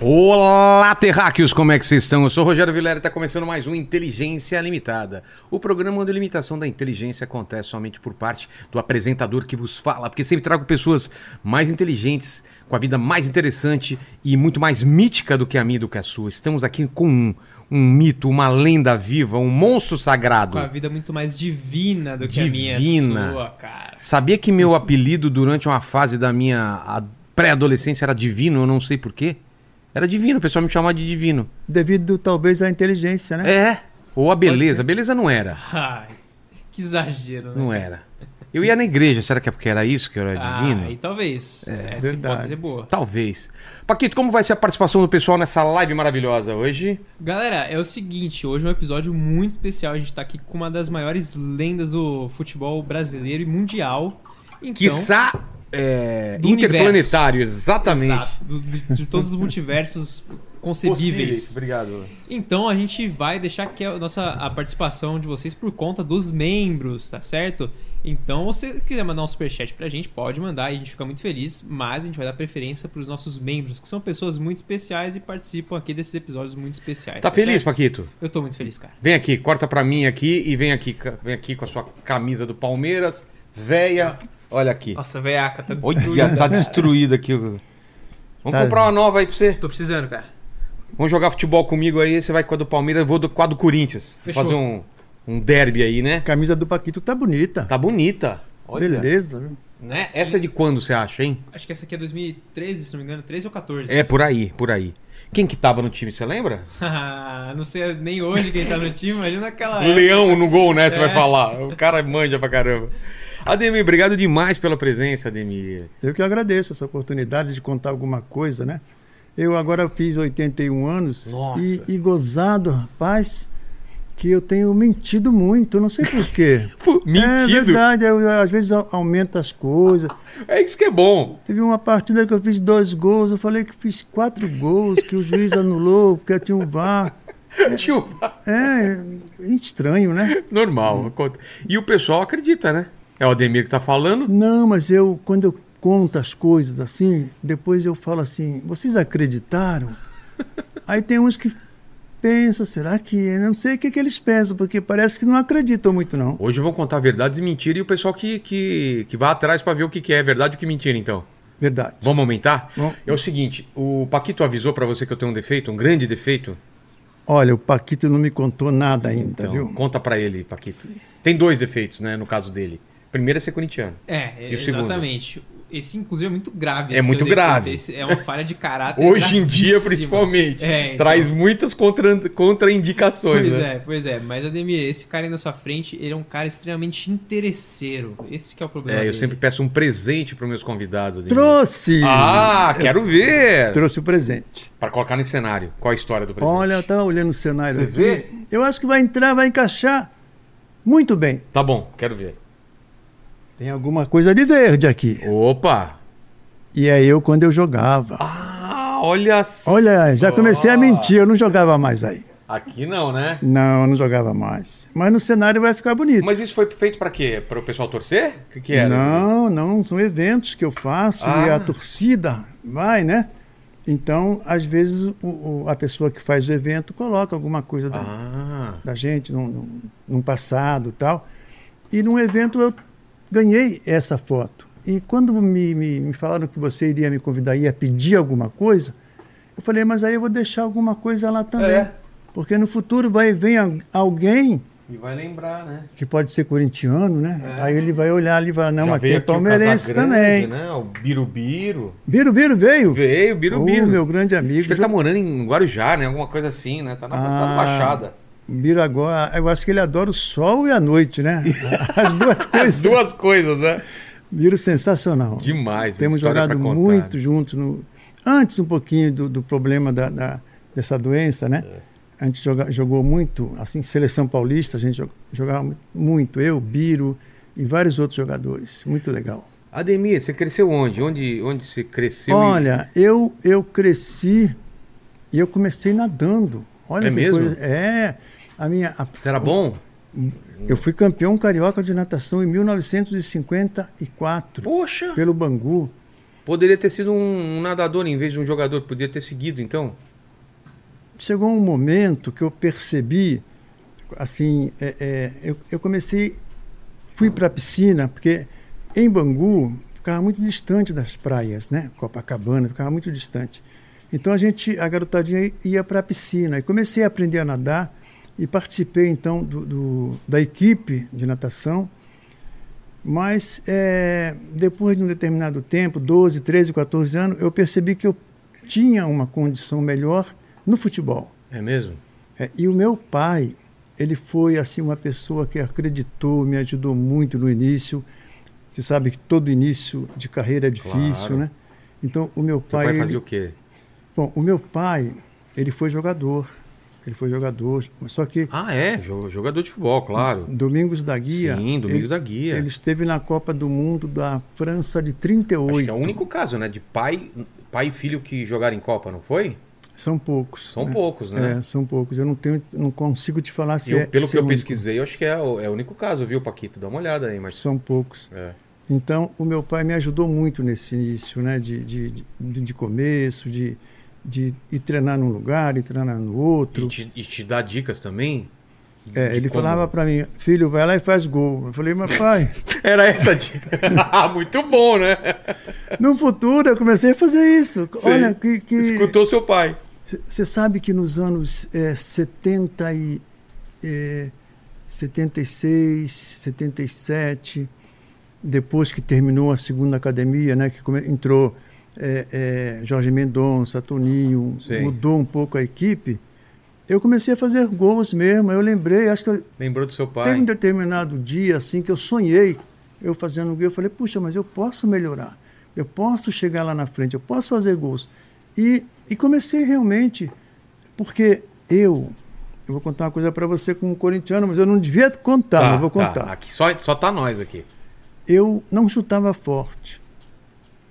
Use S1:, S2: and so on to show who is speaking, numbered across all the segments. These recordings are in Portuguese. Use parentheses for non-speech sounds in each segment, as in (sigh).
S1: Olá, terráqueos, como é que vocês estão? Eu sou o Rogério Vilera e está começando mais um Inteligência Limitada. O programa onde a limitação da inteligência acontece somente por parte do apresentador que vos fala, porque sempre trago pessoas mais inteligentes, com a vida mais interessante e muito mais mítica do que a minha e do que a sua. Estamos aqui com um, um mito, uma lenda viva, um monstro sagrado.
S2: Com a vida muito mais divina do que a minha
S1: Divina.
S2: e a sua, cara.
S1: Sabia que meu apelido durante uma fase da minha a- pré-adolescência era divino, eu não sei porquê? Era divino, o pessoal me chamava de divino.
S3: Devido talvez à inteligência, né?
S1: É. Ou a beleza. Beleza não era.
S2: Ai, que exagero, né?
S1: Não era. Eu ia na igreja, será que é porque era isso que eu era
S2: Ah,
S1: divino?
S2: e talvez. Essa
S3: verdade.
S2: hipótese é boa.
S1: Talvez. Paquito, como vai ser a participação do pessoal nessa live maravilhosa hoje?
S2: Galera, é o seguinte, hoje é um episódio muito especial. A gente tá aqui com uma das maiores lendas do futebol brasileiro e mundial. Então,
S1: Quiçá é,
S2: do
S1: interplanetário, exatamente.
S2: exato, do- de, de todos os multiversos concebíveis.
S1: Obrigado.
S2: Então a gente vai deixar aqui a nossa a participação de vocês por conta dos membros, tá certo? Então, se você quiser mandar um superchat pra gente, pode mandar, a gente fica muito feliz, mas a gente vai dar preferência pros nossos membros, que são pessoas muito especiais e participam aqui desses episódios muito especiais.
S1: Tá feliz,
S2: certo?
S1: Paquito?
S2: Eu tô muito feliz, cara.
S1: Vem aqui, corta pra mim aqui e vem aqui, ca- vem aqui com a sua camisa do Palmeiras, véia. Olha aqui.
S2: Nossa, veiaca, tá
S1: Olha, tá destruída aqui. Vamos
S3: Tá-
S1: comprar uma nova aí pra você.
S2: Tô precisando, cara.
S1: Vamos jogar futebol comigo aí, você vai com a do Palmeiras, eu vou do, com a do Corinthians.
S2: Fechou.
S1: Fazer um, um derby aí, né?
S3: Camisa do Paquito tá bonita.
S1: Tá bonita. Olha.
S3: Beleza, né?
S1: Né? Essa é de quando você acha, hein?
S2: Acho que essa aqui é 2013, se não me engano, 13 ou 14. (laughs)
S1: É, por aí, por aí. Quem que tava no time, você lembra?
S2: Ah, não sei nem hoje quem tá no time, imagina aquela.
S1: Leão no gol, né? Você
S2: É.
S1: vai falar. O cara manja pra caramba. Ademir, obrigado demais pela presença, Ademir.
S3: Eu que agradeço essa oportunidade de contar alguma coisa, né? Eu agora fiz 81 anos
S1: Nossa.
S3: e, e gozado, rapaz, que eu tenho mentido muito, não sei
S1: (laughs)
S3: porquê.
S1: Pô,
S3: É
S1: Mentido.
S3: verdade, eu- às vezes au- aumenta as coisas.
S1: É, isso que é bom. (laughs)
S3: Teve uma partida que eu fiz dois gols, eu falei que fiz quatro gols, que o juiz anulou, porque tinha um VAR.
S1: Tio,
S3: É, é estranho, né?
S1: normal. conta. E o pessoal acredita, né? É o Ademir que tá falando.
S3: Não, mas eu, quando eu conto as coisas assim, depois eu falo assim, vocês acreditaram?
S1: (laughs)
S3: Aí tem uns que pensam, será que. é?" Não sei o que, que eles pensam, porque parece que não acreditam muito, não.
S1: Hoje vão contar verdades e mentiras e o pessoal que, que, que vai atrás pra ver o que, que é verdade e o que é mentira, então.
S3: Verdade.
S1: Vamos aumentar?
S3: Bom.
S1: É o seguinte, o Paquito avisou pra você que eu tenho um defeito, um grande defeito.
S3: Olha, o Paquito não me contou nada ainda,
S1: Então,
S3: É, viu?
S1: conta pra ele, Paquito. Tem dois defeitos, né, no caso dele. Primeiro é ser corintiano.
S2: É,
S1: E o segundo?
S2: exatamente. Esse, inclusive, é muito grave.
S1: É
S2: esse
S1: muito
S2: seu defeito.
S1: grave.
S2: Esse é uma falha de
S1: (laughs)
S2: caráter.
S1: Hoje em
S2: gravíssima.
S1: dia, principalmente,
S2: É, então.
S1: traz muitas contra- contraindicações,
S2: Pois
S1: né?
S2: é, pois é. Mas, Ademir, esse cara aí na sua frente, ele é um cara extremamente interesseiro. Esse que é o problema.
S1: eu
S2: dele.
S1: sempre peço um presente pros meus convidados. Ademir.
S3: Trouxe!
S1: Ah, quero ver!
S3: Trouxe o presente.
S1: Pra colocar no cenário, qual a história do presente?
S3: Olha, eu tava olhando o cenário
S1: Você
S3: aqui.
S1: vê?
S3: Eu acho que vai entrar, vai encaixar muito bem.
S1: Tá bom, quero ver.
S3: Tem alguma coisa de verde aqui.
S1: Opa!
S3: E é eu quando eu jogava.
S1: Ah, olha só.
S3: Olha, já comecei a mentir, eu não jogava mais aí.
S1: Aqui não, né?
S3: Não, eu não jogava mais. Mas no cenário vai ficar bonito.
S1: Mas isso foi feito pra quê? Para o pessoal torcer? O que, que era?
S3: não, não, são eventos que eu faço e
S1: Ah.
S3: a torcida vai, né? Então, às vezes, o- o- a pessoa que faz o evento coloca alguma coisa da,
S1: Ah,
S3: da gente num, num- num passado e tal. E num evento eu ganhei essa foto. E quando me, me, me falaram que você iria me convidar, ia pedir alguma coisa, eu falei, mas aí eu vou deixar alguma coisa lá também.
S1: É.
S3: Porque no futuro vai vir al- alguém
S1: e vai lembrar, né?
S3: que pode ser corintiano, né? Aí ele vai olhar ali e vai, não,
S1: É. Já
S3: mas
S1: veio
S3: tem
S1: aqui o
S3: palmeirense
S1: Casagrande,
S3: também.
S1: Né? O Birubiru.
S3: Biro Biro veio.
S1: Veio, o
S3: O
S1: Birubiru.
S3: meu grande
S1: Acho que
S3: amigo.
S1: ele tá morando em Guarujá, né? Alguma coisa assim, né? Tá na, tá na
S3: Ah. (laughs)
S1: Baixada.
S3: Biro agora, eu acho que ele adora o sol e a noite,
S1: (laughs)
S3: né? (laughs) As duas
S1: As
S3: coisas.
S1: duas coisas, né?
S3: Biro sensacional.
S1: Demais.
S3: Temos
S1: história
S3: jogado
S1: pra contar. né?
S3: muito juntos. no- Antes um pouquinho do, do problema da, da- dessa doença, né?
S1: É.
S3: A gente joga- jogou muito, assim, seleção paulista, a gente jo- jogava mu- muito, eu, Biro e vários outros jogadores. Muito legal.
S1: Ademir, você cresceu onde? Onde, onde você cresceu? e-
S3: Olha, eu, eu cresci e eu comecei nadando.
S1: É
S3: Olha que
S1: mesmo?
S3: coisa. É. A minha, a-
S1: Você era bom?
S3: eu fui campeão carioca de natação em 1954
S1: Poxa!
S3: pelo Bangu.
S1: Poderia ter sido um, um nadador em vez de um jogador, poderia ter seguido, então.
S3: Chegou um momento que eu percebi, assim, é, é, eu, eu comecei, fui para a piscina, porque em Bangu ficava muito distante das praias, né? Copacabana ficava muito distante. Então a gente, a garotadinha ia para a piscina e comecei a aprender a nadar e participei então do, do da equipe de natação. Mas é, depois de um determinado tempo, 12, 13, 14 anos, eu percebi que eu tinha uma condição melhor no futebol.
S1: É mesmo?
S3: É, e o meu pai, ele foi assim uma pessoa que acreditou, me ajudou muito no início. Você sabe que todo início de carreira é difícil,
S1: Claro.
S3: né? Então o meu
S1: Seu
S3: pai,
S1: pai
S3: ele-
S1: fazia o quê?
S3: Bom, o meu pai, ele foi jogador. Ele foi jogador. Só que
S1: Ah, é? jo- Jogador de futebol, claro.
S3: Domingos da Guia.
S1: Sim, Domingo
S3: ele,
S1: da Guia.
S3: Ele esteve na Copa do Mundo da França de
S1: Acho
S3: 38.
S1: que é o único caso, né? De pai, pai e filho que jogaram em Copa, não foi?
S3: São poucos.
S1: São
S3: né?
S1: poucos, né?
S3: É, são poucos. Eu não tenho, não consigo te falar se
S1: Eu-
S3: é.
S1: pelo
S3: se
S1: que eu
S3: único.
S1: pesquisei, eu acho que é o, é o único caso, viu, Paquito? Dá uma olhada aí, mas.
S3: São poucos.
S1: É.
S3: Então, o meu pai me ajudou muito nesse início, né? De, de, de, de começo, de, de ir treinar num lugar, ir treinar no outro.
S1: E, te, e te dá dicas também?
S3: É,
S1: de
S3: ele
S1: como-
S3: falava para mim, filho, vai lá e faz gol. Eu falei, mas pai,
S1: Era essa a dica. (laughs) Ah, Muito bom, né?
S3: No futuro, eu comecei a fazer isso.
S1: Sei.
S3: Olha, que. que
S1: Escutou seu pai.
S3: você sabe que nos anos eh, 70 e. eh, 76, 77, depois que terminou a segunda academia, né, que come- entrou eh, eh, Jorge Mendonça, Toninho,
S1: Sei.
S3: mudou um pouco a equipe, eu comecei a fazer gols mesmo. Eu lembrei, acho que eu-
S1: Lembrou do seu pai.
S3: Teve um determinado dia assim que eu sonhei, eu fazendo gol, eu falei, puxa, mas eu posso melhorar, eu posso chegar lá na frente, eu posso fazer gols. E, e comecei realmente, porque eu, eu vou contar uma coisa para você como corintiano, mas eu não devia contar, mas eu vou
S1: tá.
S3: contar.
S1: Aqui, só, só tá nós aqui.
S3: Eu não chutava forte.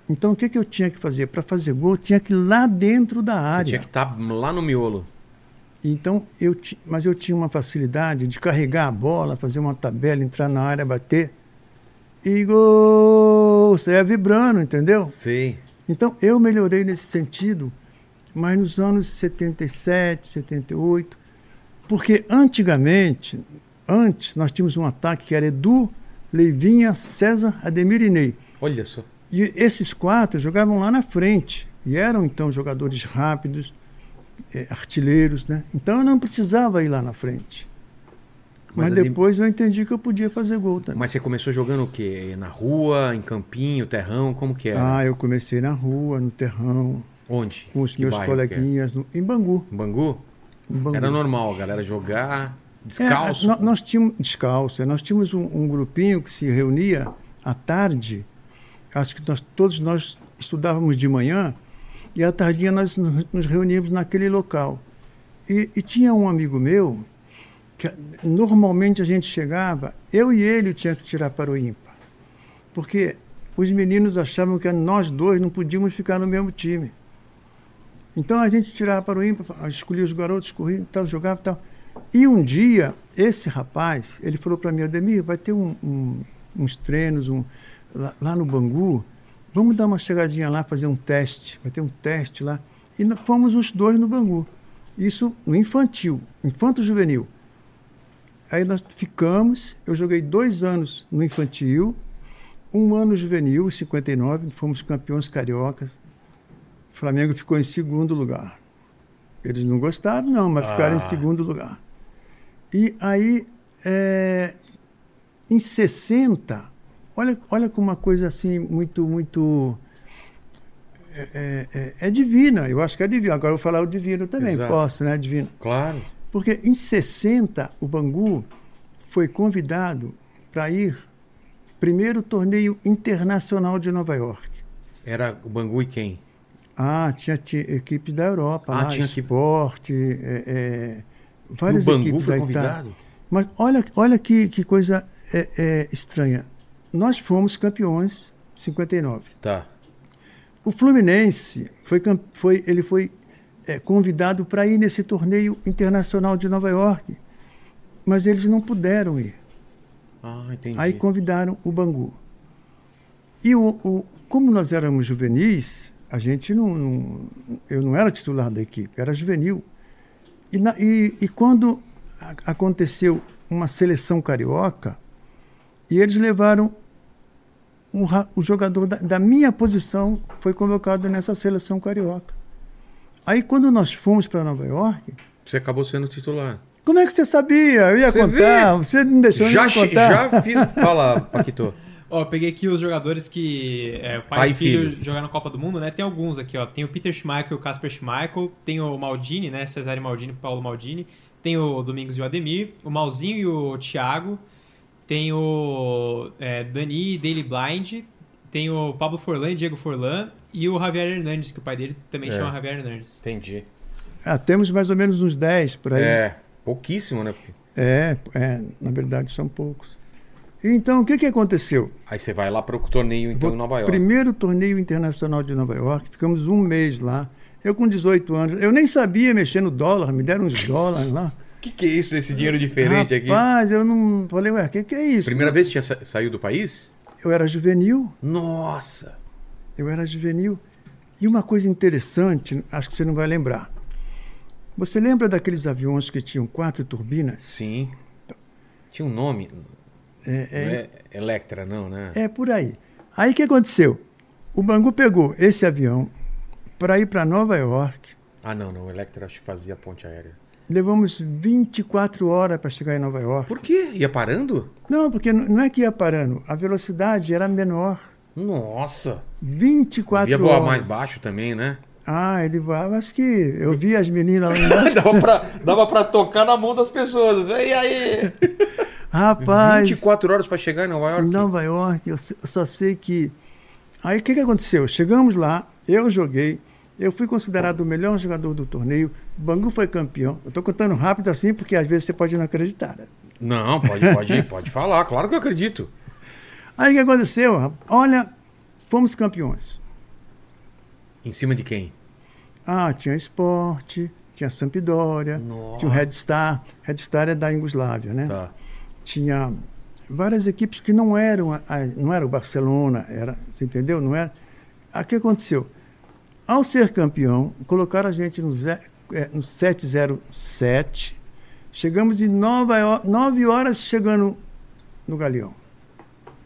S3: Então o que, que eu tinha que fazer? Para fazer gol, eu tinha que ir lá dentro da
S1: Você
S3: área.
S1: tinha que estar lá no miolo.
S3: Então, eu ti- mas eu tinha uma facilidade de carregar a bola, fazer uma tabela, entrar na área, bater. E gol! Saia vibrando, entendeu?
S1: Sei.
S3: Então, eu melhorei nesse sentido, mas nos anos 77, 78, porque antigamente, antes, nós tínhamos um ataque que era Edu, Leivinha, César, Ademir e Ney.
S1: Olha só.
S3: E esses quatro jogavam lá na frente. E eram, então, jogadores rápidos, eh, artilheiros, né? Então eu não precisava ir lá na frente.
S1: Mas
S3: Mas,
S1: ali-
S3: depois eu entendi que eu podia fazer gol também.
S1: Mas você começou jogando o quê? Na rua, em campinho, terrão, como que era?
S3: Ah, eu comecei na rua, no terrão,
S1: Onde?
S3: com os
S1: Que
S3: meus
S1: bairro que era?
S3: coleguinhas, no- em Bangu.
S1: Em Bangu?
S3: Em Bangu.
S1: Era normal a galera jogar
S3: É,
S1: descalço.
S3: nó- nós tínhamos descalço. é, Nós tínhamos um, um grupinho que se reunia à tarde. Acho que nós todos nós estudávamos de manhã e à tardinha nós nos nos reuníamos naquele local. E, e tinha um amigo meu que normalmente a gente chegava, eu e ele tinha que tirar para o ímpar, porque os meninos achavam que nós dois não podíamos ficar no mesmo time. Então a gente tirava para o ímpar, escolhia os garotos, corria, e tal, jogava e tal. E um dia, esse rapaz, ele falou para mim, Ademir, vai ter um- um- uns treinos um- lá, lá no Bangu, vamos dar uma chegadinha lá, fazer um teste, vai ter um teste lá. E nós fomos os dois no Bangu. Isso no infantil, infanto-juvenil. Aí nós ficamos, eu joguei dois anos no infantil, um ano juvenil, em 59, fomos campeões cariocas. O Flamengo ficou em segundo lugar. Eles não gostaram, não, mas ficaram em
S1: Ah.
S3: segundo lugar. E aí, é, em 60, olha, olha como uma coisa assim, muito, muito. É, é- é- é divina, eu acho que é divina. Agora eu vou falar o divino também,
S1: Exato.
S3: posso, né? Divino.
S1: Claro.
S3: Porque em 60, o Bangu foi convidado para ir primeiro torneio internacional de Nova York.
S1: Era o Bangu e quem?
S3: Ah, tinha, ti- equipes da Europa,
S1: Ah,
S3: lá,
S1: tinha equipe.
S3: esporte, é, é,
S1: E o
S3: várias
S1: Bangu
S3: equipes
S1: foi
S3: da Itália.
S1: convidado?
S3: Mas olha, olha que, que coisa é, é, estranha. Nós fomos campeões em 59.
S1: Tá.
S3: O Fluminense foi, cam- foi- ele foi é, convidado para ir nesse torneio internacional de Nova York, mas eles não puderam ir.
S1: Ah, entendi.
S3: Aí convidaram o Bangu. E o, o- como nós éramos juvenis, a gente não, não- Eu não era titular da equipe, era juvenil. E, na- e- e quando a- aconteceu uma seleção carioca, e eles levaram um, ra- um jogador da, da minha posição, foi convocado nessa seleção carioca. Aí quando nós fomos para Nova York,
S1: Você acabou sendo titular.
S3: como é que você sabia? Eu ia
S1: Você
S3: contar, você não deixou
S1: já,
S3: nem
S1: che-
S3: eu contar.
S1: já fiz.
S3: (laughs)
S1: Fala, Paquito.
S2: Ó, peguei aqui os jogadores que é, pai,
S1: Pai e
S2: e filho,
S1: filho.
S2: jogaram Copa do Mundo, né? Tem alguns aqui, ó. Tem o Peter Schmeichel e o Casper Schmeichel. Tem o Maldini, né? Cesare Maldini, Paulo Maldini. Tem o Domingos e o Ademir. O Malzinho e o Thiago. Tem o é, Dani e Daily Blind. Tem o Pablo Forlan e Diego Forlan. E o Javier Hernandes, que o pai dele também
S1: É.
S2: chama Javier Hernandes.
S1: Entendi.
S3: Ah, temos mais ou menos uns 10 por aí.
S1: É, pouquíssimo, né?
S3: É, é, na verdade são poucos. Então, o que, que aconteceu?
S1: Aí você vai lá pro torneio, então, em Nova York.
S3: Primeiro torneio internacional de Nova York, ficamos um mês lá. Eu com 18 anos, eu nem sabia mexer no dólar, me deram uns dólares lá.
S1: O que, que é isso, esse dinheiro diferente aqui?
S3: Rapaz, eu não falei, ué, o que, que é isso?
S1: Primeira vez que tinha sa- saiu do país?
S3: Eu era juvenil,
S1: Nossa!
S3: eu era juvenil. E uma coisa interessante, acho que você não vai lembrar. Você lembra daqueles aviões que tinham quatro turbinas?
S1: Sim. Tinha um nome.
S3: É, é,
S1: Não é Electra, não, né?
S3: É por aí. Aí o que aconteceu? O Bangu pegou esse avião para ir para Nova York.
S1: Ah, não, não. Electra acho que fazia a ponte aérea.
S3: Levamos 24 horas para chegar em Nova York.
S1: Por quê? Ia parando?
S3: Não, porque n- não é que ia parando, a velocidade era menor.
S1: Nossa!
S3: 24
S1: Ia voar
S3: horas.
S1: mais baixo também, né?
S3: Ah, ele voava, acho que eu vi as meninas
S1: (laughs)
S3: lá
S1: (laughs)
S3: embaixo.
S1: dava, pra, dava pra tocar na mão das pessoas. E aí?
S3: Rapaz,
S1: 24 horas pra chegar em Nova York?
S3: Nova York, eu se- eu só sei que. Aí o que, que aconteceu? Chegamos lá, eu joguei, eu fui considerado o melhor jogador do torneio, o Bangu foi campeão. Eu estou contando rápido assim, porque às vezes você pode não acreditar. né?
S1: Não, pode, pode, (laughs) pode falar. Claro que eu acredito.
S3: Aí o que aconteceu? rapaz? Olha, fomos campeões.
S1: Em cima de quem?
S3: Ah, tinha esporte, tinha Sampdoria,
S1: Nossa.
S3: tinha o Red Star. Red Star é da Iugoslávia, né?
S1: Tá.
S3: tinha várias equipes que não eram a- a- não era o Barcelona era você entendeu não era o que aconteceu ao ser campeão colocaram a gente no, ze- eh, no 707 chegamos em Nova York, nove horas chegando no Galeão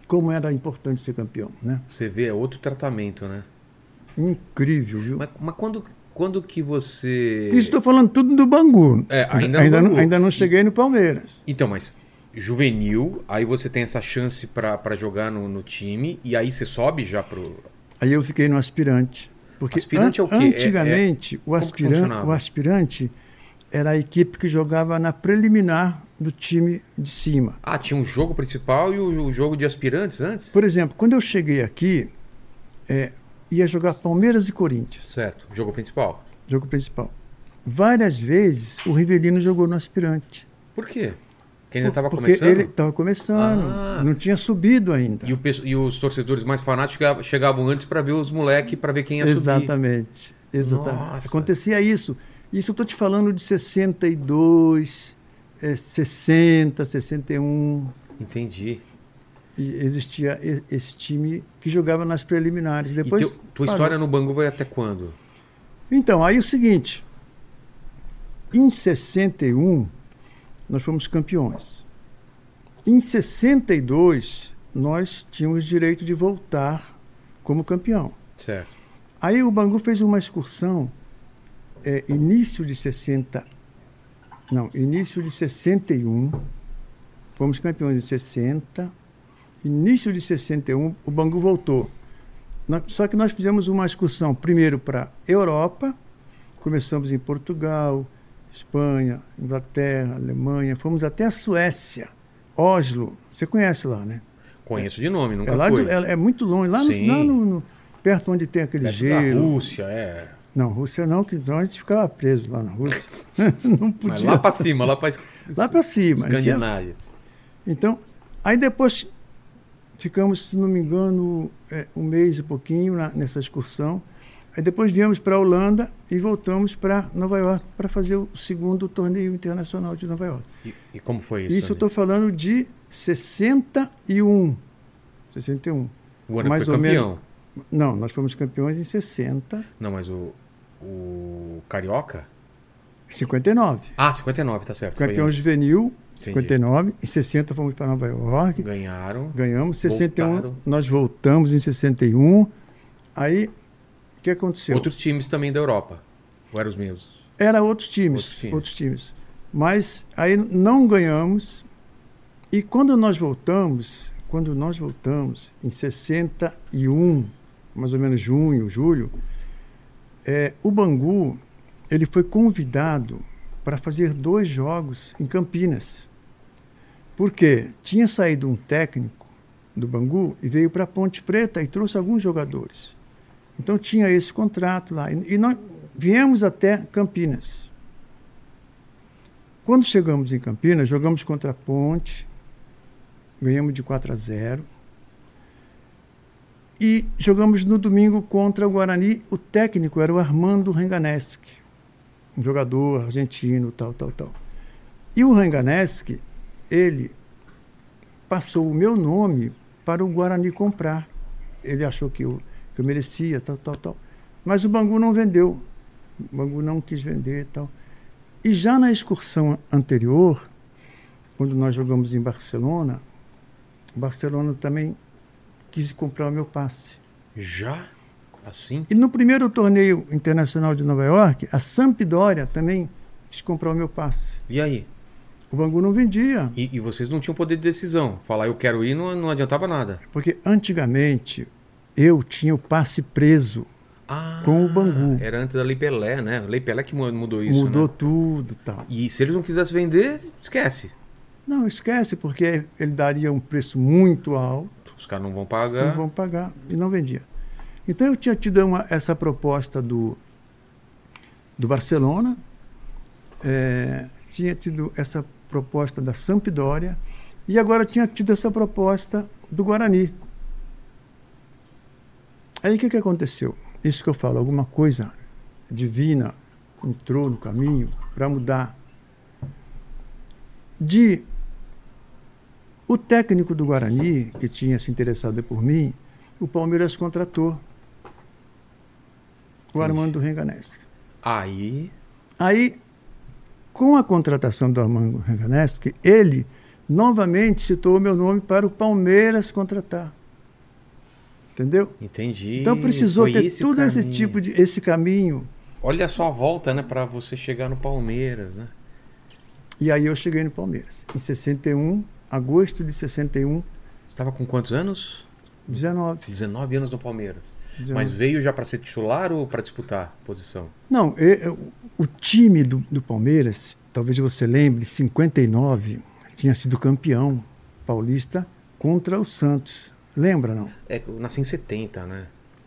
S3: como era importante ser campeão né
S1: Você vê, é outro tratamento, né?
S3: incrível viu
S1: Mas, mas quando, quando que você.
S3: isso estou falando tudo do Bangu
S1: É, ainda no
S3: ainda, não,
S1: Bangu.
S3: ainda não cheguei no Palmeiras
S1: Então, mas juvenil, aí você tem essa chance pra, pra jogar no, no time, e aí você sobe já pro.
S3: Aí eu fiquei no aspirante. Porque
S1: Aspirante é o quê? É-
S3: antigamente o,
S1: que
S3: aspirante,
S1: funcionava?
S3: o aspirante era a equipe que jogava na preliminar do time de cima.
S1: Ah, tinha um jogo principal e o, o jogo de aspirantes antes?
S3: Por exemplo, quando eu cheguei aqui, é, ia jogar Palmeiras e Corinthians,
S1: Certo, jogo principal.
S3: jogo principal. Várias vezes o Rivelino jogou no aspirante.
S1: Por quê? Porque ainda tava
S3: porque
S1: começando.
S3: ele estava começando,
S1: Ah.
S3: não tinha subido ainda.
S1: E, o pesso- e os torcedores mais fanáticos chega- chegavam antes pra ver os moleques, pra ver quem ia subir.
S3: Exatamente. Exatamente.
S1: Nossa.
S3: Acontecia isso. Isso eu estou te falando de 62, eh, 60, 61.
S1: Entendi.
S3: E existia e- esse time que jogava nas preliminares. Depois,
S1: e teu- tua
S3: parou.
S1: história no Bangu vai até quando?
S3: Então, aí o seguinte. Em 61, nós fomos campeões. Em 62, nós tínhamos direito de voltar como campeão.
S1: Certo.
S3: Aí o Bangu fez uma excursão, é, início de 60. Não, início de 61. Fomos campeões em 60. Início de 61, o Bangu voltou. Na- Só que nós fizemos uma excursão primeiro para Europa, começamos em Portugal, Espanha, Inglaterra, Alemanha, fomos até a Suécia, Oslo. Você conhece lá, né?
S1: Conheço de nome, nunca
S3: É, lá
S1: fui.
S3: de- é- é muito longe, lá, no,
S1: Sim.
S3: lá no- no- perto onde tem aquele
S1: Perto
S3: gelo.
S1: Da Rússia, é.
S3: Não, Rússia não, que então a gente ficava preso lá na Rússia. (laughs) não
S1: Mas
S3: podia.
S1: lá pra cima, lá pra es-
S3: Lá pra cima.
S1: Escandinávia.
S3: Então, aí depois ficamos, se não me engano, é, um mês e pouquinho na- nessa excursão. Aí depois viemos para a Holanda e voltamos para Nova York para fazer o segundo torneio internacional de Nova York.
S1: E, e como foi isso?
S3: Isso eu
S1: André?
S3: um. estou falando de 61. 61.
S1: O ano que
S3: Mais
S1: foi
S3: ou
S1: campeão.
S3: um. Não, nós fomos campeões em 60,
S1: Não, mas o, o Carioca?
S3: 59.
S1: Ah, 59, tá certo. foi
S3: Campeão
S1: antes.
S3: juvenil,
S1: Entendi.
S3: 59. Em 60 fomos para Nova York,
S1: Ganharam.
S3: ganhamos. 61,
S1: Voltaram.
S3: nós voltamos em 61. Aí, o que aconteceu?
S1: Outros times também da Europa. Ou eram os mesmos?
S3: Era outros times,
S1: Outros times.
S3: outros times. Mas aí não ganhamos. E quando nós voltamos, quando nós voltamos em 61, mais ou menos junho, julho, é, o Bangu ele foi convidado para fazer dois jogos em Campinas. Porque tinha saído um técnico do Bangu e veio para Ponte Preta e trouxe alguns jogadores. Então tinha esse contrato lá. E e nós viemos até Campinas. Quando chegamos em Campinas, jogamos contra a Ponte, ganhamos de 4 a 0. E jogamos no domingo contra o Guarani. O técnico era o Armando Renganeschi, um jogador argentino, tal, tal, tal. E o Renganeschi, ele passou o meu nome para o Guarani comprar. Ele achou que eu, que eu merecia, tal, tal, tal. Mas o Bangu não vendeu. O Bangu não quis vender e tal. E já na excursão anterior, quando nós jogamos em Barcelona, o Barcelona também quis comprar o meu passe.
S1: Já? Assim?
S3: E no primeiro torneio internacional de Nova York, a Sampdoria também quis comprar o meu passe.
S1: E aí?
S3: O Bangu não vendia.
S1: E, e vocês não tinham poder de decisão. Falar eu quero ir não, não adiantava nada.
S3: Porque antigamente eu tinha o passe preso,
S1: Ah,
S3: Com o Bangu.
S1: Era antes da Lei Pelé, né? Lei Pelé que mu- mudou isso.
S3: mudou
S1: Né?
S3: tudo tal.
S1: E se eles não quisessem vender, esquece.
S3: Não, esquece, porque ele daria um preço muito alto,
S1: Os caras não vão pagar.
S3: não vão pagar, e não vendia. Então eu tinha tido uma- essa proposta do, do Barcelona, eh, tinha tido essa proposta da Sampdoria, e agora tinha tido essa proposta do Guarani. Aí o que, que aconteceu? Isso que eu falo, alguma coisa divina entrou no caminho para mudar. De o técnico do Guarani, que tinha se interessado por mim, o Palmeiras contratou o Armando Renganeschi.
S1: Aí.
S3: Aí, com a contratação do Armando Renganeschi, ele novamente citou o meu nome para o Palmeiras contratar. Entendeu?
S1: Entendi.
S3: Então precisou
S1: Foi
S3: ter
S1: esse o
S3: tudo esse
S1: caminho.
S3: tipo de esse caminho.
S1: Olha só a volta, né? Pra você chegar no Palmeiras, né?
S3: E aí eu cheguei no Palmeiras. Em 61, agosto de 61,
S1: Você tava com quantos anos?
S3: 19.
S1: 19 anos no Palmeiras.
S3: 19.
S1: Mas veio já pra ser titular ou pra disputar posição?
S3: Não, e- eu- o time do, do Palmeiras, talvez você lembre, 59 tinha sido campeão paulista contra o Santos. Lembra, não?
S1: É, eu nasci em 70, né?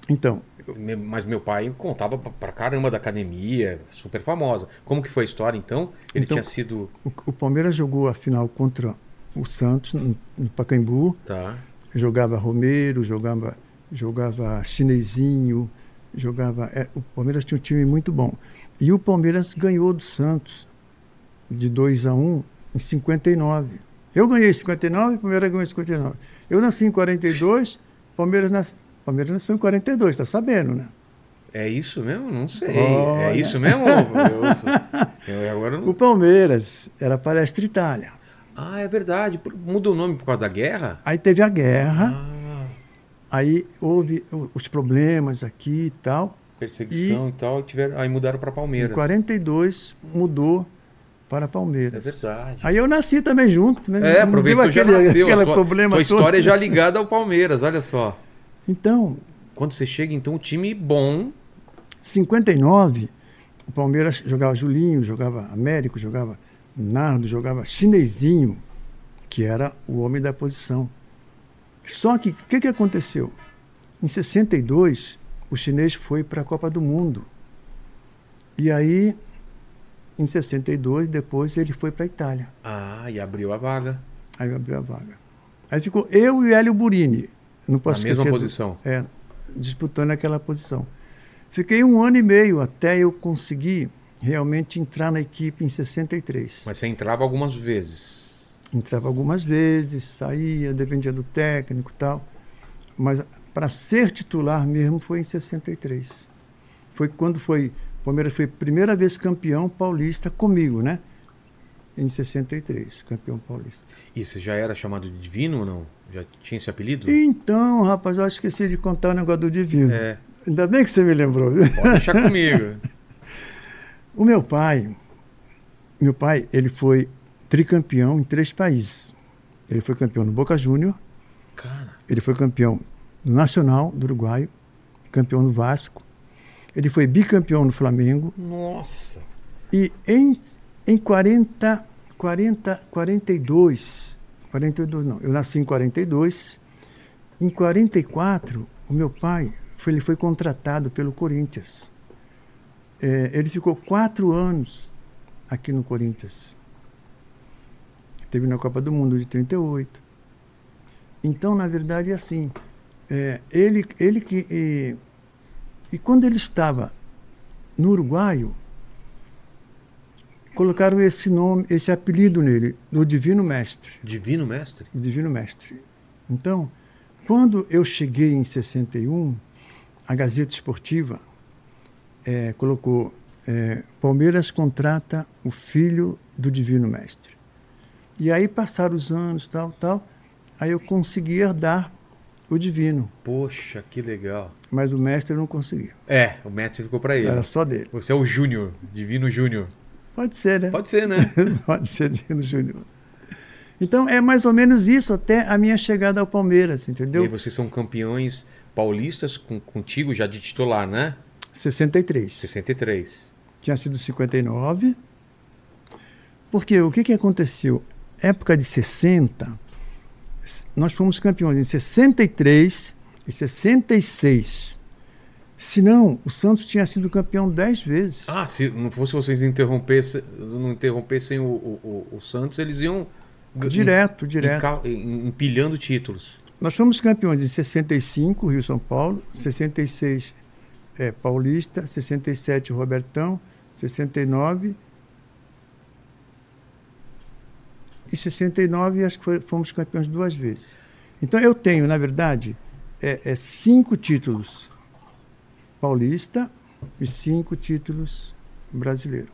S3: Então,
S1: Me- Mas meu pai contava pra- pra caramba da academia, super famosa. Como que foi a história então? Ele
S3: Então-
S1: tinha sido.
S3: o, o Palmeiras jogou a final contra o Santos no, no Pacaembu.
S1: Tá.
S3: Jogava Romero, jogava, jogava Chinesinho, jogava. é, o Palmeiras tinha um time muito bom. E o Palmeiras ganhou do Santos de 2 a 1 em 59. Eu ganhei em 59, o Palmeiras ganhou em 59. Eu nasci em 42, o Palmeiras nas- o Palmeiras nasceu em 42, tá sabendo, né?
S1: É isso mesmo? Não sei.
S3: Olha.
S1: É isso mesmo? Eu, (laughs) eu agora
S3: O
S1: não.
S3: Palmeiras era Palestra Itália.
S1: Ah, é verdade. Por- Mudou o nome por causa da guerra?
S3: Aí teve a guerra,
S1: Ah,
S3: aí houve o- os problemas aqui e tal.
S1: perseguição e, tal. e tiveram- Aí mudaram pra
S3: Em
S1: Palmeiras.
S3: 42 mudou para
S1: É
S3: Palmeiras.
S1: verdade.
S3: Aí eu nasci também junto, né?
S1: É,
S3: Não
S1: aproveitou
S3: deu
S1: e já
S3: aquele-
S1: nasceu.
S3: aquele
S1: a tua,
S3: problema
S1: tua
S3: todo.
S1: história é já ligada ao Palmeiras, olha só.
S3: Então,
S1: Quando você chega, então, um time bom.
S3: 59, o Palmeiras jogava Julinho, jogava Américo, jogava Nardo, jogava Chinesinho, que era o homem da posição. Só que o que, que aconteceu? Em 62, o chinês foi para a Copa do Mundo. E aí, em 62, depois ele foi para a Itália.
S1: Ah, e abriu a vaga.
S3: Aí eu abri a vaga. Aí ficou eu e o Hélio Burini. Não posso
S1: na mesma
S3: esquecer do-
S1: posição.
S3: é, disputando aquela posição. Fiquei um ano e meio até eu conseguir realmente entrar na equipe em 63.
S1: Mas você entrava algumas vezes.
S3: Entrava algumas vezes, saía, dependia do técnico e tal. Mas para ser titular mesmo foi em 63. Foi quando foi. O Palmeiras foi a primeira vez campeão paulista comigo, né? Em 63, campeão paulista.
S1: E você já era chamado de Divino ou não? Já tinha esse apelido?
S3: Então, rapaz, eu esqueci de contar o negócio do Divino.
S1: É,
S3: Ainda bem que você me lembrou.
S1: pode deixar comigo. (laughs)
S3: O meu pai, meu pai, ele foi tricampeão em três países. Ele foi campeão no Boca Júnior,
S1: Cara,
S3: ele foi campeão no Nacional do Uruguai, campeão no Vasco, ele foi bicampeão no Flamengo
S1: nossa.
S3: e em, em 40, 40, 42, 42 não, eu nasci em 42, em 44 o meu pai foi, ele foi contratado pelo Corinthians. É, ele ficou quatro anos aqui no Corinthians. Teve na Copa do Mundo de 38. Então, na verdade, é assim. é, ele, ele que. E, e quando ele estava no Uruguaio, colocaram esse nome, esse apelido nele, do Divino Mestre.
S1: Divino Mestre?
S3: O Divino Mestre. Então, quando eu cheguei em 61, a Gazeta Esportiva eh, colocou eh, Palmeiras contrata o filho do Divino Mestre. E aí passaram os anos, tal, tal, aí eu consegui herdar o Divino,
S1: Poxa, que legal.
S3: mas o Mestre eu não conseguia,
S1: É, o Mestre ficou pra ele.
S3: era só dele.
S1: Você é o Júnior, Divino Júnior.
S3: Pode ser, né?
S1: Pode
S3: (laughs)
S1: ser, né?
S3: Pode ser Divino Júnior. Então, é mais ou menos isso até a minha chegada ao Palmeiras,
S1: E aí
S3: entendeu?
S1: vocês são campeões paulistas com, contigo já de titular, né?
S3: 63.
S1: 63.
S3: tinha sido 59. Porque o que, que aconteceu? Época de 60, s- nós fomos campeões em 63 e 66. Senão, o Santos tinha sido campeão 10 vezes.
S1: Ah, se não fosse vocês interrompessem, não interrompessem o, o- o- o Santos, eles iam g-
S3: direto,
S1: em-
S3: direto.
S1: enca- em- empilhando títulos.
S3: Nós fomos campeões em 65, Rio São Paulo, 66 é, Paulista, 67 Robertão, 69 e 69 acho que foi- fomos campeões duas vezes. Então eu tenho, na verdade, é, é cinco títulos paulista e cinco títulos brasileiro.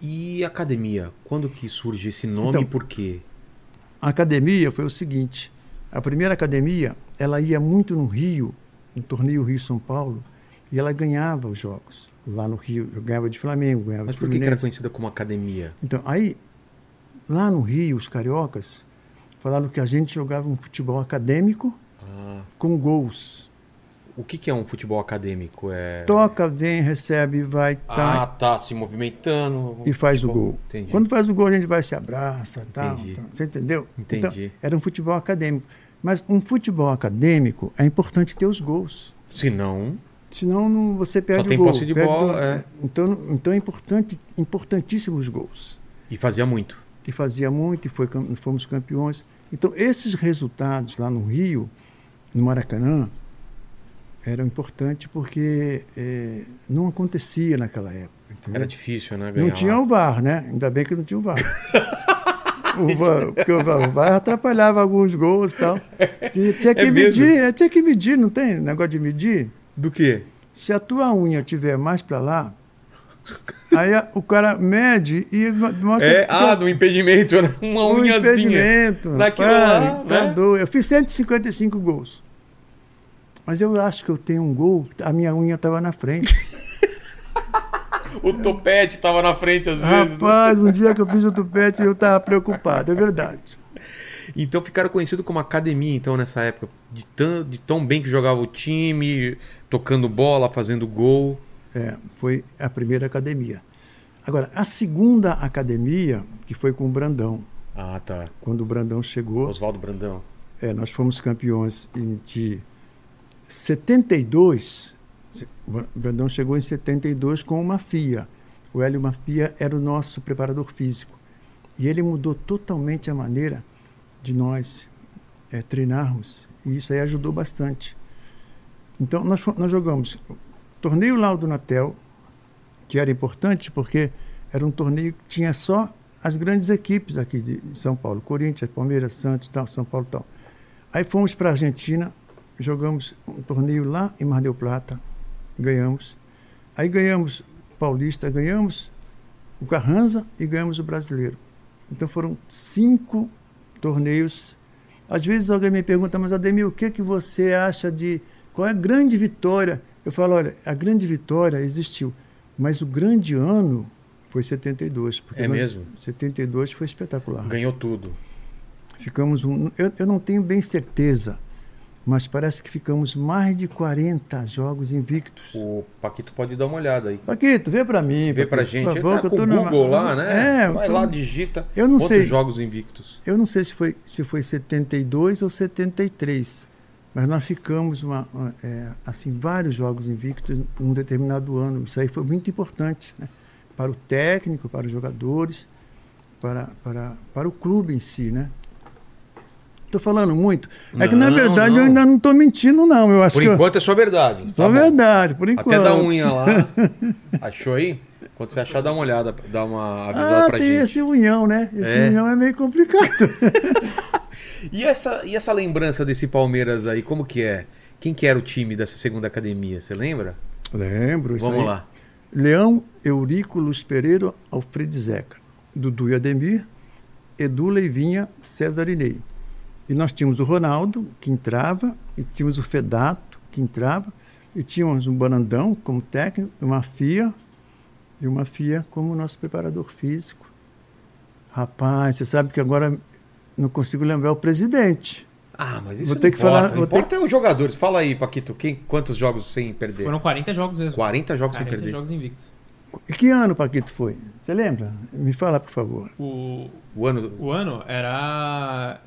S1: E academia? Quando que surge esse nome
S3: Então-
S1: e por quê?
S3: A academia foi o seguinte: a primeira academia ela ia muito no Rio, no torneio Rio São Paulo, e ela ganhava os jogos lá no Rio. Eu ganhava de Flamengo, ganhava
S1: Mas
S3: de
S1: por que, que
S3: Fluminense.
S1: era conhecida como academia?
S3: Então aí lá no Rio os cariocas falaram que a gente jogava um futebol acadêmico
S1: Ah,
S3: com gols.
S1: o que, que é um futebol acadêmico? É...
S3: Toca, vem, recebe, vai,
S1: Ah,
S3: tá
S1: tá, se movimentando.
S3: e faz o
S1: Tipo, Futebol.
S3: gol.
S1: Entendi.
S3: Quando faz o gol a gente vai se abraça, tal,
S1: Entendi.
S3: tal. Você entendeu?
S1: Entendi.
S3: Então, era um futebol acadêmico. Mas um futebol acadêmico é importante ter os gols.
S1: Se não,
S3: Senão não, você perde
S1: tem
S3: o gol.
S1: posse de
S3: perde
S1: bola,
S3: o-
S1: é.
S3: Então, então é importante, importantíssimos gols.
S1: e fazia muito.
S3: E fazia muito, e foi cam- fomos campeões. Então esses resultados lá no Rio, no Maracanã, eram importantes porque eh, não acontecia naquela época. entendeu?
S1: Era difícil, né? Ganhar
S3: Uhum. Não tinha
S1: lá.
S3: o VAR, né? Ainda bem que não tinha o
S1: (laughs)
S3: VAR. o VAR porque o VAR, o VAR atrapalhava alguns gols e tal.
S1: (laughs)
S3: Que tinha que
S1: É mesmo?
S3: medir, é, tinha que medir, não tem negócio de medir?
S1: Do quê?
S3: Se a tua unha tiver mais
S1: (laughs)
S3: pra lá, aí a- o cara mede e mo- mostra
S1: É,
S3: que
S1: ah,
S3: tá
S1: do impedimento, né? (laughs) Uma
S3: um
S1: unhazinha.
S3: impedimento.
S1: Daquilo
S3: rapaz,
S1: lá,
S3: tá
S1: né?
S3: doido. Eu fiz 155 gols. Mas eu acho que eu tenho um gol, que a minha unha estava
S1: (laughs)
S3: na frente.
S1: O topete tava na frente às vezes. né?
S3: Rapaz, um dia que eu fiz o tupete, eu estava preocupado, é verdade.
S1: Então ficaram conhecidos como academia, então, nessa época. De tão, de tão bem que jogava o time, tocando bola, fazendo gol.
S3: É, foi a primeira academia. Agora, a segunda academia, que foi com o Brandão.
S1: Ah, tá.
S3: Quando o Brandão chegou,
S1: Oswaldo Brandão.
S3: é, nós fomos campeões em, de 72. Se- O Bra- Brandão chegou em 72 com o Mafia. O Hélio Mafia era o nosso preparador físico. E ele mudou totalmente a maneira de nós é, treinarmos. E isso aí ajudou bastante. Então, nós, fo- nós jogamos torneio lá do Natel, que era importante porque era um torneio que tinha só as grandes equipes aqui de de São Paulo, Corinthians, Palmeiras, Santos, tal, São Paulo, tal. Aí fomos para a Argentina, jogamos um torneio lá em Mar del Plata, ganhamos. Aí ganhamos o Paulista, ganhamos o Carranza e ganhamos o Brasileiro. Então foram cinco torneios. Às vezes alguém me pergunta, mas Ademir, o que, que você acha de. Qual é a grande vitória? Eu falo, olha, a grande vitória existiu, mas o grande ano foi 72. Porque
S1: É
S3: nós-
S1: mesmo?
S3: 72 foi espetacular.
S1: Ganhou tudo.
S3: Ficamos um. Eu, eu não tenho bem certeza, mas parece que ficamos mais de 40 jogos invictos.
S1: O Paquito pode dar uma olhada aí.
S3: Paquito, vê pra mim.
S1: Vê pra
S3: Paquito,
S1: gente.
S3: por
S1: Ele
S3: favor,
S1: tá
S3: que eu
S1: com
S3: tô
S1: o
S3: numa-
S1: Google lá, né?
S3: É, eu
S1: Vai
S3: tô-
S1: lá, digita.
S3: Eu não
S1: Quantos
S3: sei.
S1: jogos invictos?
S3: Eu não sei se foi, se foi 72 ou 73, mas nós ficamos uma- uma, é, assim vários jogos invictos num determinado ano. Isso aí foi muito importante né? para o técnico, para os jogadores, para, para, para o clube em si, né? Estou falando muito. É que na
S1: Não,
S3: verdade
S1: não.
S3: eu ainda não estou mentindo, não. Eu acho
S1: Por
S3: que eu-
S1: enquanto é só verdade.
S3: Só
S1: Tá bom.
S3: verdade, por enquanto.
S1: Até um da unha
S3: (laughs)
S1: lá. Achou aí? Quando você achar, dá uma olhada, dá uma avisada
S3: Ah,
S1: pra
S3: tem
S1: gente.
S3: esse unhão, né? Esse
S1: É.
S3: unhão é
S1: (laughs)
S3: meio complicado.
S1: E essa, e essa lembrança desse Palmeiras aí, como que é? Quem que era o time dessa segunda academia, você lembra?
S3: Lembro, isso
S1: Vamos
S3: aí.
S1: lá.
S3: Leão, Eurico, Luz Pereira, Alfredo Zeca, Dudu e Ademir, Edu Leivinha, César Inei. E nós tínhamos o Ronaldo, que entrava, e tínhamos o Fedato, que entrava, e tínhamos um Banandão como técnico, uma FIA, e uma FIA como nosso preparador físico. Rapaz, você sabe que agora não consigo lembrar o presidente.
S1: Ah, mas isso
S3: Vou
S1: não
S3: ter que
S1: importa.
S3: falar-
S1: Não
S3: vou ter
S1: importa é os jogadores. Fala aí, Paquito, quem, quantos jogos sem perder?
S2: Foram 40 jogos mesmo.
S1: 40 jogos sem
S2: 40
S1: perder.
S2: jogos invictos.
S3: E que ano, Paquito, foi? Você lembra? Me fala, por favor.
S2: O,
S1: O ano...
S2: o ano era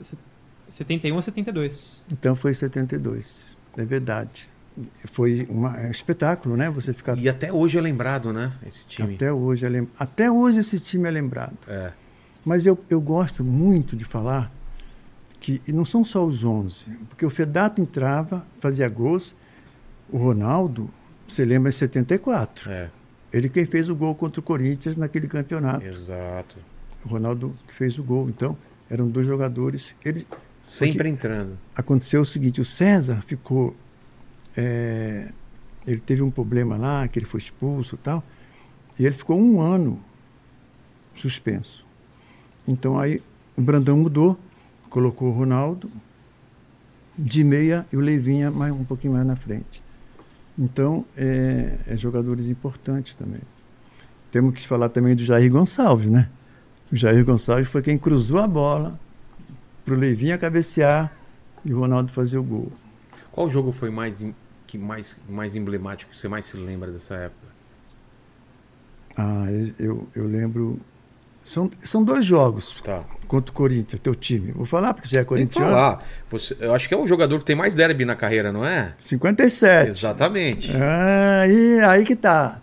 S2: 71 a 72.
S3: Então foi em 72, é verdade. Foi uma- é um espetáculo, né? Você ficar
S1: E até hoje é lembrado, né? Esse time.
S3: até hoje, é lem- até hoje esse time é lembrado.
S1: É.
S3: Mas eu, eu gosto muito de falar que e não são só os 11, porque o Fedato entrava, fazia gols. O Ronaldo, você lembra, em 74.
S1: É,
S3: Ele quem fez o gol contra o Corinthians naquele campeonato.
S1: exato.
S3: O Ronaldo que fez o gol. Então, eram dois jogadores. Eles,
S1: Sempre entrando.
S3: aconteceu o seguinte: o César ficou. eh, ele teve um problema lá, que ele foi expulso e tal, e ele ficou um ano suspenso. Então aí o Brandão mudou, colocou o Ronaldo de meia e o Leivinha mais, um pouquinho mais na frente. Então, eh, é, jogadores importantes também. Temos que falar também do Jair Gonçalves, né? O Jair Gonçalves foi quem cruzou a bola para o Leivinha cabecear e o Ronaldo fazer o gol.
S1: Qual jogo foi mais, em- que mais, mais emblemático, que você mais se lembra dessa época?
S3: Ah, eu- eu, eu lembro. São, são dois jogos
S1: Tá.
S3: contra o Corinthians, teu time. Vou falar porque já
S1: Tem
S3: é
S1: que
S3: corintiano.
S1: falar. Você, eu acho que é o jogador que tem mais derby na carreira, não é?
S3: 57.
S1: Exatamente.
S3: Ah, e aí que tá.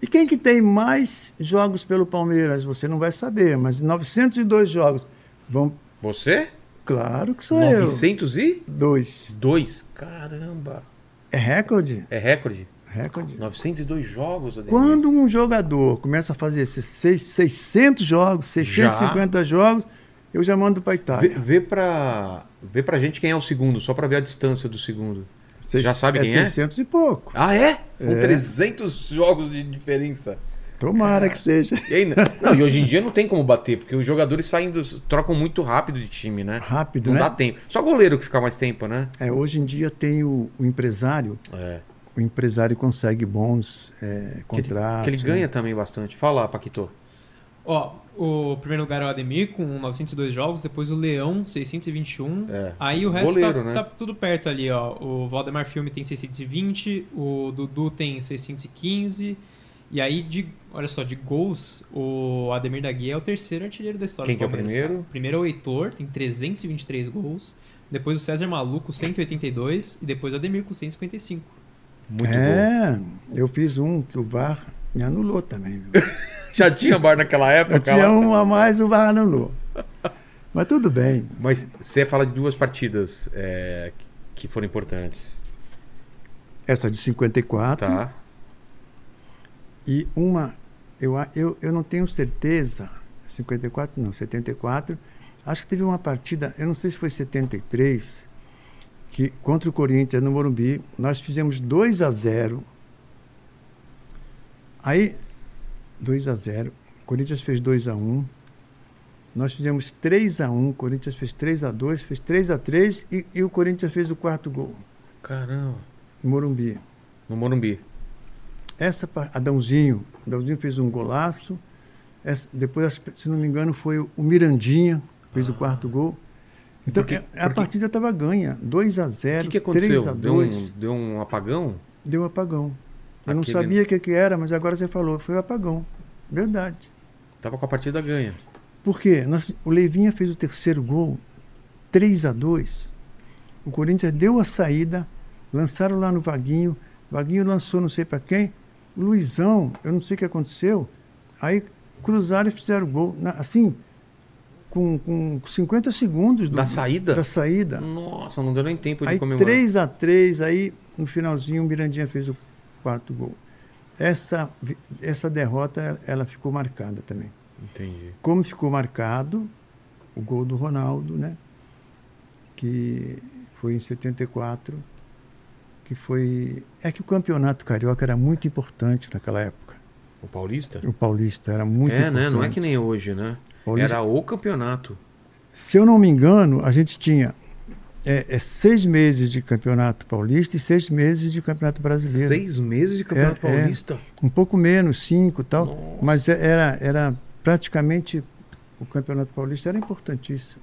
S3: E quem que tem mais jogos pelo Palmeiras? Você não vai saber, mas 902 jogos. Vão,
S1: Você?
S3: claro que sou eu.
S1: 902?
S3: Dois.
S1: Caramba.
S3: É recorde?
S1: É recorde?
S3: Recorde.
S1: 902 jogos, Ademir.
S3: Quando um jogador começa a fazer esses seis- 600 jogos, 650 jogos, eu já mando para
S1: Vê,
S3: Itália.
S1: vê, pra, vê pra gente quem é o segundo, só pra ver a distância do segundo. Você já sabe quem é?
S3: 600 e pouco.
S1: Ah, é? São
S3: É.
S1: 300 jogos de diferença.
S3: Tomara que seja.
S1: E, aí, (laughs) não, e hoje em dia não tem como bater, porque os jogadores saem dos, trocam muito rápido de time, né?
S3: Rápido,
S1: Não
S3: né?
S1: dá tempo. Só goleiro que fica mais tempo, né?
S3: É, hoje em dia tem o, o empresário.
S1: É.
S3: O empresário consegue bons
S1: Que
S3: é,
S1: ele-
S3: contratos. né?
S1: que ele ganha também bastante. Fala, Paquito.
S2: Ó, o primeiro lugar é o Ademir com 902 jogos, depois o Leão, 621.
S1: É.
S2: Aí o resto
S1: Goleiro,
S2: tá,
S1: né?
S2: tá tudo perto ali, ó. O Valdemar Filme tem 620, o Dudu tem 615. E aí, de, olha só, de gols, o Ademir da Guia é o terceiro artilheiro da história
S1: Quem
S2: do
S1: que é o
S2: Palmeiras,
S1: primeiro?
S2: cara. Primeiro é o Heitor, tem 323 gols. Depois o César Maluco, 182. E depois o Ademir com 155.
S1: Muito bom.
S3: é, eu fiz um que o VAR me anulou também.
S1: (laughs)
S3: viu?
S1: Já tinha bar naquela época?
S3: Eu tinha
S1: lá?
S3: um a mais, o VAR anulou. Mas tudo bem.
S1: Mas você fala de duas partidas é, que foram importantes.
S3: Essa de 54
S1: Tá.
S3: e uma, eu, a- eu, eu não tenho certeza, 54 não, 74. Acho que teve uma partida, eu não sei se foi 73, que contra o Corinthians no Morumbi, nós fizemos 2 a 0. Aí 2 a 0, Corinthians fez 2 a 1. Nós fizemos 3 a 1, Corinthians fez 3 a 2, fez 3 a 3 e, e o Corinthians fez o quarto gol
S1: Caramba.
S3: no Morumbi.
S1: No Morumbi.
S3: Essa par- Adãozinho, Adãozinho fez um golaço. Essa- depois, acho que, se não me engano, foi o Mirandinha que
S1: Ah.
S3: fez o quarto gol. Então,
S1: Por quê?
S3: é- a
S1: Por quê?
S3: partida estava ganha, 2 a
S1: O
S3: 0,
S1: que, que
S3: 3
S1: aconteceu?
S3: a
S1: Deu
S3: 2
S1: um, deu um apagão?
S3: deu um apagão. Eu não
S1: Aquele-
S3: sabia o que, que era, mas agora você falou, foi um apagão. Verdade.
S1: Tava com a partida ganha.
S3: Por quê? Nós- o Leivinha fez o terceiro gol, 3 a 2 O Corinthians deu a saída, lançaram lá no Vaguinho. Vaguinho lançou não sei para quem. O Luizão, eu não sei o que aconteceu. Aí cruzaram e fizeram o gol. Na- assim, com, com 50 segundos do-
S1: Da saída?
S3: Da saída.
S1: Nossa, não deu nem tempo de
S3: Aí
S1: comemorar.
S3: 3 a 3 aí no finalzinho o Mirandinha fez o quarto gol. Essa, vi- essa derrota ela- ela ficou marcada também.
S1: Entendi.
S3: Como ficou marcado o gol do Ronaldo, né? Que foi em 74, que foi é que o campeonato carioca era muito importante naquela época.
S1: O Paulista?
S3: O paulista era muito
S1: é,
S3: importante.
S1: né? Não é que nem hoje, né?
S3: Paulista-
S1: Era o campeonato.
S3: Se eu não me engano, a gente tinha é, é, seis meses de campeonato paulista e seis meses de campeonato brasileiro.
S1: Seis meses de campeonato
S3: É, é.
S1: paulista?
S3: um pouco menos, cinco e tal,
S1: Nossa.
S3: mas é- era, era praticamente o Campeonato Paulista era importantíssimo.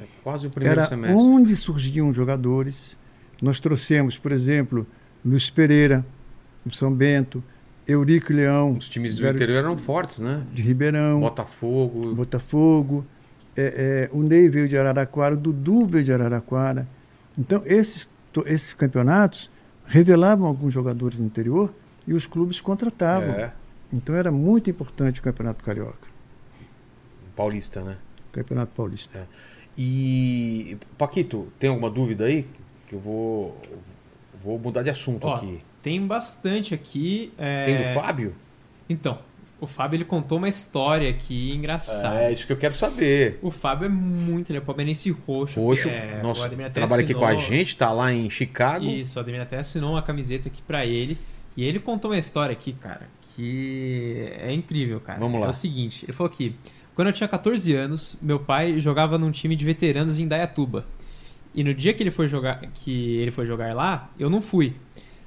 S1: É quase o primeiro
S3: Era um
S1: semestre.
S3: onde surgiam jogadores. Nós trouxemos, por exemplo, Luiz Pereira, do São Bento, Eurico Leão,
S1: Os times do
S3: Era-
S1: interior eram fortes, né?
S3: de Ribeirão,
S1: Botafogo.
S3: Botafogo, é, é, o Ney veio de Araraquara, o Dudu veio de Araraquara. Então, esses, to- esses campeonatos revelavam alguns jogadores do interior e os clubes contratavam.
S1: é,
S3: Então era muito importante o Campeonato Carioca,
S1: paulista, né?
S3: o Campeonato Paulista.
S1: E, Paquito, tem alguma dúvida aí? Que eu vou, vou mudar de assunto
S2: Ó,
S1: aqui.
S2: Tem bastante aqui. é,
S1: Tem do Fábio?
S2: Então, o Fábio ele contou uma história aqui engraçada.
S1: É, isso que eu quero saber.
S2: O Fábio é muito, ele é palmeirense roxo.
S1: Poxa,
S2: é,
S1: nosso
S2: o Ademir até
S1: trabalha aqui com a
S2: assinou-
S1: gente, tá lá em Chicago.
S2: Isso, o Ademir até assinou uma camiseta aqui pra ele. E ele contou uma história aqui, cara, que é incrível, cara.
S1: Vamos lá.
S2: É o seguinte, ele falou aqui, quando eu tinha 14 anos, meu pai jogava num time de veteranos em Dayatuba. E no dia que ele foi jogar, que ele foi jogar lá, eu não fui.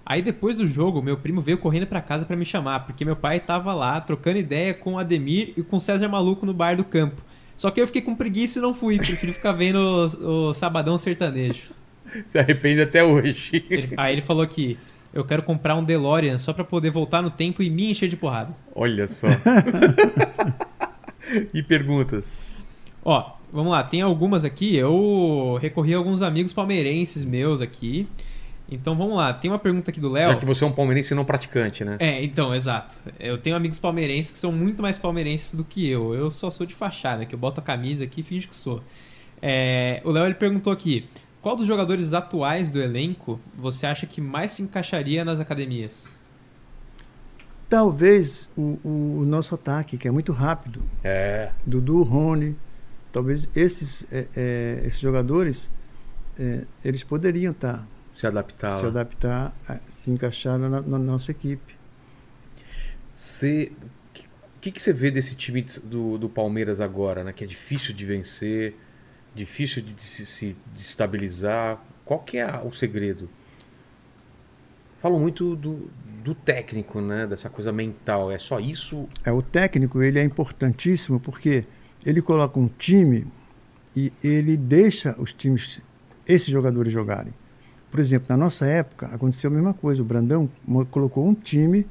S2: Aí depois do jogo, meu primo veio correndo pra casa pra me chamar, porque meu pai tava lá trocando ideia com o Ademir e com o César Maluco no bar do campo. Só que eu fiquei com preguiça e não fui, prefiro ficar vendo o- o Sabadão Sertanejo.
S1: Se arrepende até hoje. (laughs)
S2: Ele- aí ele falou que eu quero comprar um DeLorean só pra poder voltar no tempo e me encher de porrada.
S1: Olha
S2: (laughs)
S1: só. e perguntas?
S2: Ó, vamos lá, tem algumas aqui. Eu recorri a alguns amigos palmeirenses meus aqui. Então vamos lá, tem uma pergunta aqui do
S1: Já
S2: Léo.
S1: que você é um palmeirense não praticante, né?
S2: É, então, exato. Eu tenho amigos palmeirenses que são muito mais palmeirenses do que eu. Eu só sou de fachada, que eu boto a camisa aqui e finge que sou. É, o Léo ele perguntou aqui: qual dos jogadores atuais do elenco você acha que mais se encaixaria nas academias?
S3: Talvez o, o- o nosso ataque, que é muito rápido,
S1: É.
S3: Dudu, Rony, talvez esses, é, é, esses jogadores, é, eles poderiam estar
S1: Se adaptar.
S3: se adaptar, a- se encaixar na, na nossa equipe.
S1: Você. O que, que você vê desse time de- do, do Palmeiras agora, né? Que é difícil de vencer, difícil de se, se destabilizar. Qual que é a- o segredo? Falam muito do, do técnico, né? Dessa coisa mental. É só isso?
S3: É, o técnico ele é importantíssimo porque ele coloca um time e ele deixa os times, esses jogadores jogarem. Por exemplo, na nossa época aconteceu a mesma coisa. O Brandão mo- colocou um time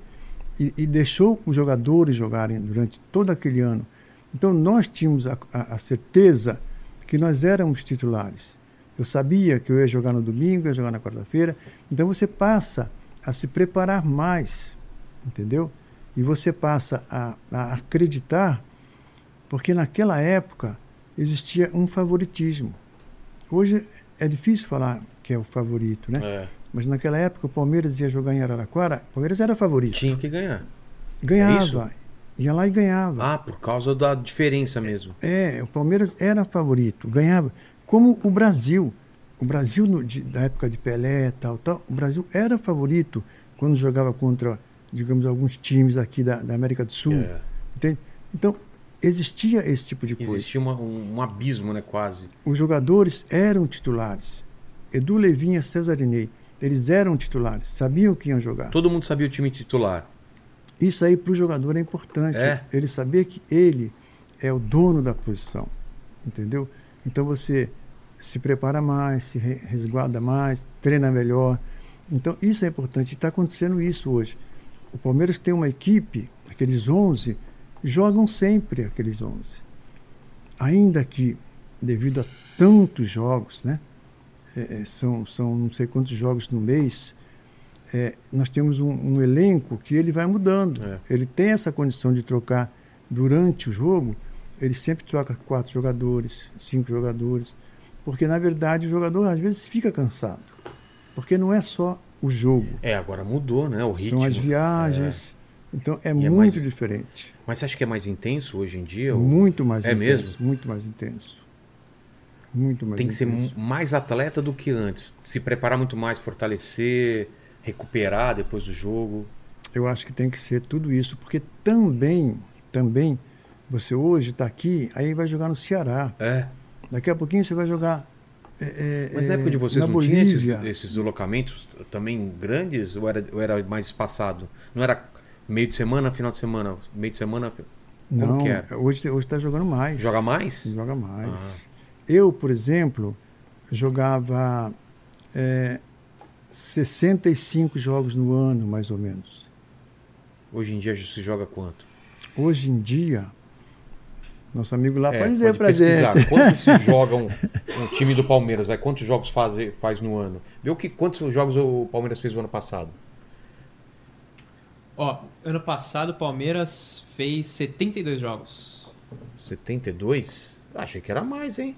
S3: e, e deixou os jogadores jogarem durante todo aquele ano. Então nós tínhamos a, a- a certeza que nós éramos titulares. Eu sabia que eu ia jogar no domingo, ia jogar na quarta-feira. Então você passa a se preparar mais, entendeu? E você passa a, a acreditar, porque naquela época existia um favoritismo. Hoje é difícil falar que é o favorito, né?
S1: É.
S3: Mas naquela época o Palmeiras ia jogar em Araraquara, o Palmeiras era favorito.
S1: Tinha que ganhar.
S3: Ganhava. ia lá e ganhava.
S1: Ah, por causa da diferença mesmo.
S3: É, o Palmeiras era favorito, ganhava. Como o Brasil. O Brasil, no, de, da época de Pelé, tal, tal, o Brasil era favorito quando jogava contra, digamos, alguns times aqui da, da América do Sul.
S1: É.
S3: Entende? Então, existia esse tipo de coisa.
S1: Existia uma- um, um abismo, né? Quase.
S3: Os jogadores eram titulares. Edu Levinha, Cesarinei, eles eram titulares, sabiam que iam jogar.
S1: Todo mundo sabia o time titular.
S3: Isso aí para o jogador é importante.
S1: É.
S3: Ele saber que ele é o dono da posição. Entendeu? Então você se prepara mais, se re- resguarda mais, treina melhor. Então isso é importante. Está acontecendo isso hoje. O Palmeiras tem uma equipe, aqueles 11, jogam sempre aqueles 11. Ainda que, devido a tantos jogos, né? É, é, são, são não sei quantos jogos no mês, é, nós temos um, um elenco que ele vai mudando.
S1: É.
S3: Ele tem essa condição de trocar durante o jogo, ele sempre troca quatro jogadores, cinco jogadores, porque na verdade o jogador às vezes fica cansado, porque não é só o jogo,
S1: É, agora mudou, né? O ritmo.
S3: são as viagens. Então é
S1: mais-
S3: muito diferente,
S1: Mas você acha que é mais intenso hoje em dia? Ou
S3: muito mais
S1: É
S3: intenso,
S1: mesmo?
S3: muito mais intenso. Muito mais
S1: Tem que ser
S3: intenso.
S1: mu- mais atleta do que antes. Se preparar muito mais, fortalecer, recuperar depois do jogo.
S3: Eu acho que tem que ser tudo isso, porque também, também, você hoje está aqui, aí vai jogar no Ceará.
S1: É.
S3: Daqui a pouquinho você vai jogar. é, é,
S1: Mas na
S3: é,
S1: época de vocês
S3: na
S1: não tinha esses,
S3: Bolívia.
S1: esses deslocamentos também grandes? Ou era, ou era mais espaçado? Não era meio de semana, final de semana? Meio de semana, fi- como
S3: Não,
S1: que era?
S3: hoje hoje está jogando mais.
S1: joga mais? Ah.
S3: Joga mais. Eu, por exemplo, jogava é, 65 jogos no ano, mais ou menos.
S1: Hoje em dia se joga quanto?
S3: Hoje em dia, nosso amigo lá
S1: É,
S3: pode ver pra
S1: pesquisar.
S3: gente.
S1: Quanto se joga um, um time do Palmeiras? Vai? Quantos jogos faz, faz no ano? Vê o que, quantos jogos o Palmeiras fez no ano passado.
S2: Ó, ano passado o Palmeiras fez 72 jogos.
S1: 72? Achei que era mais, hein?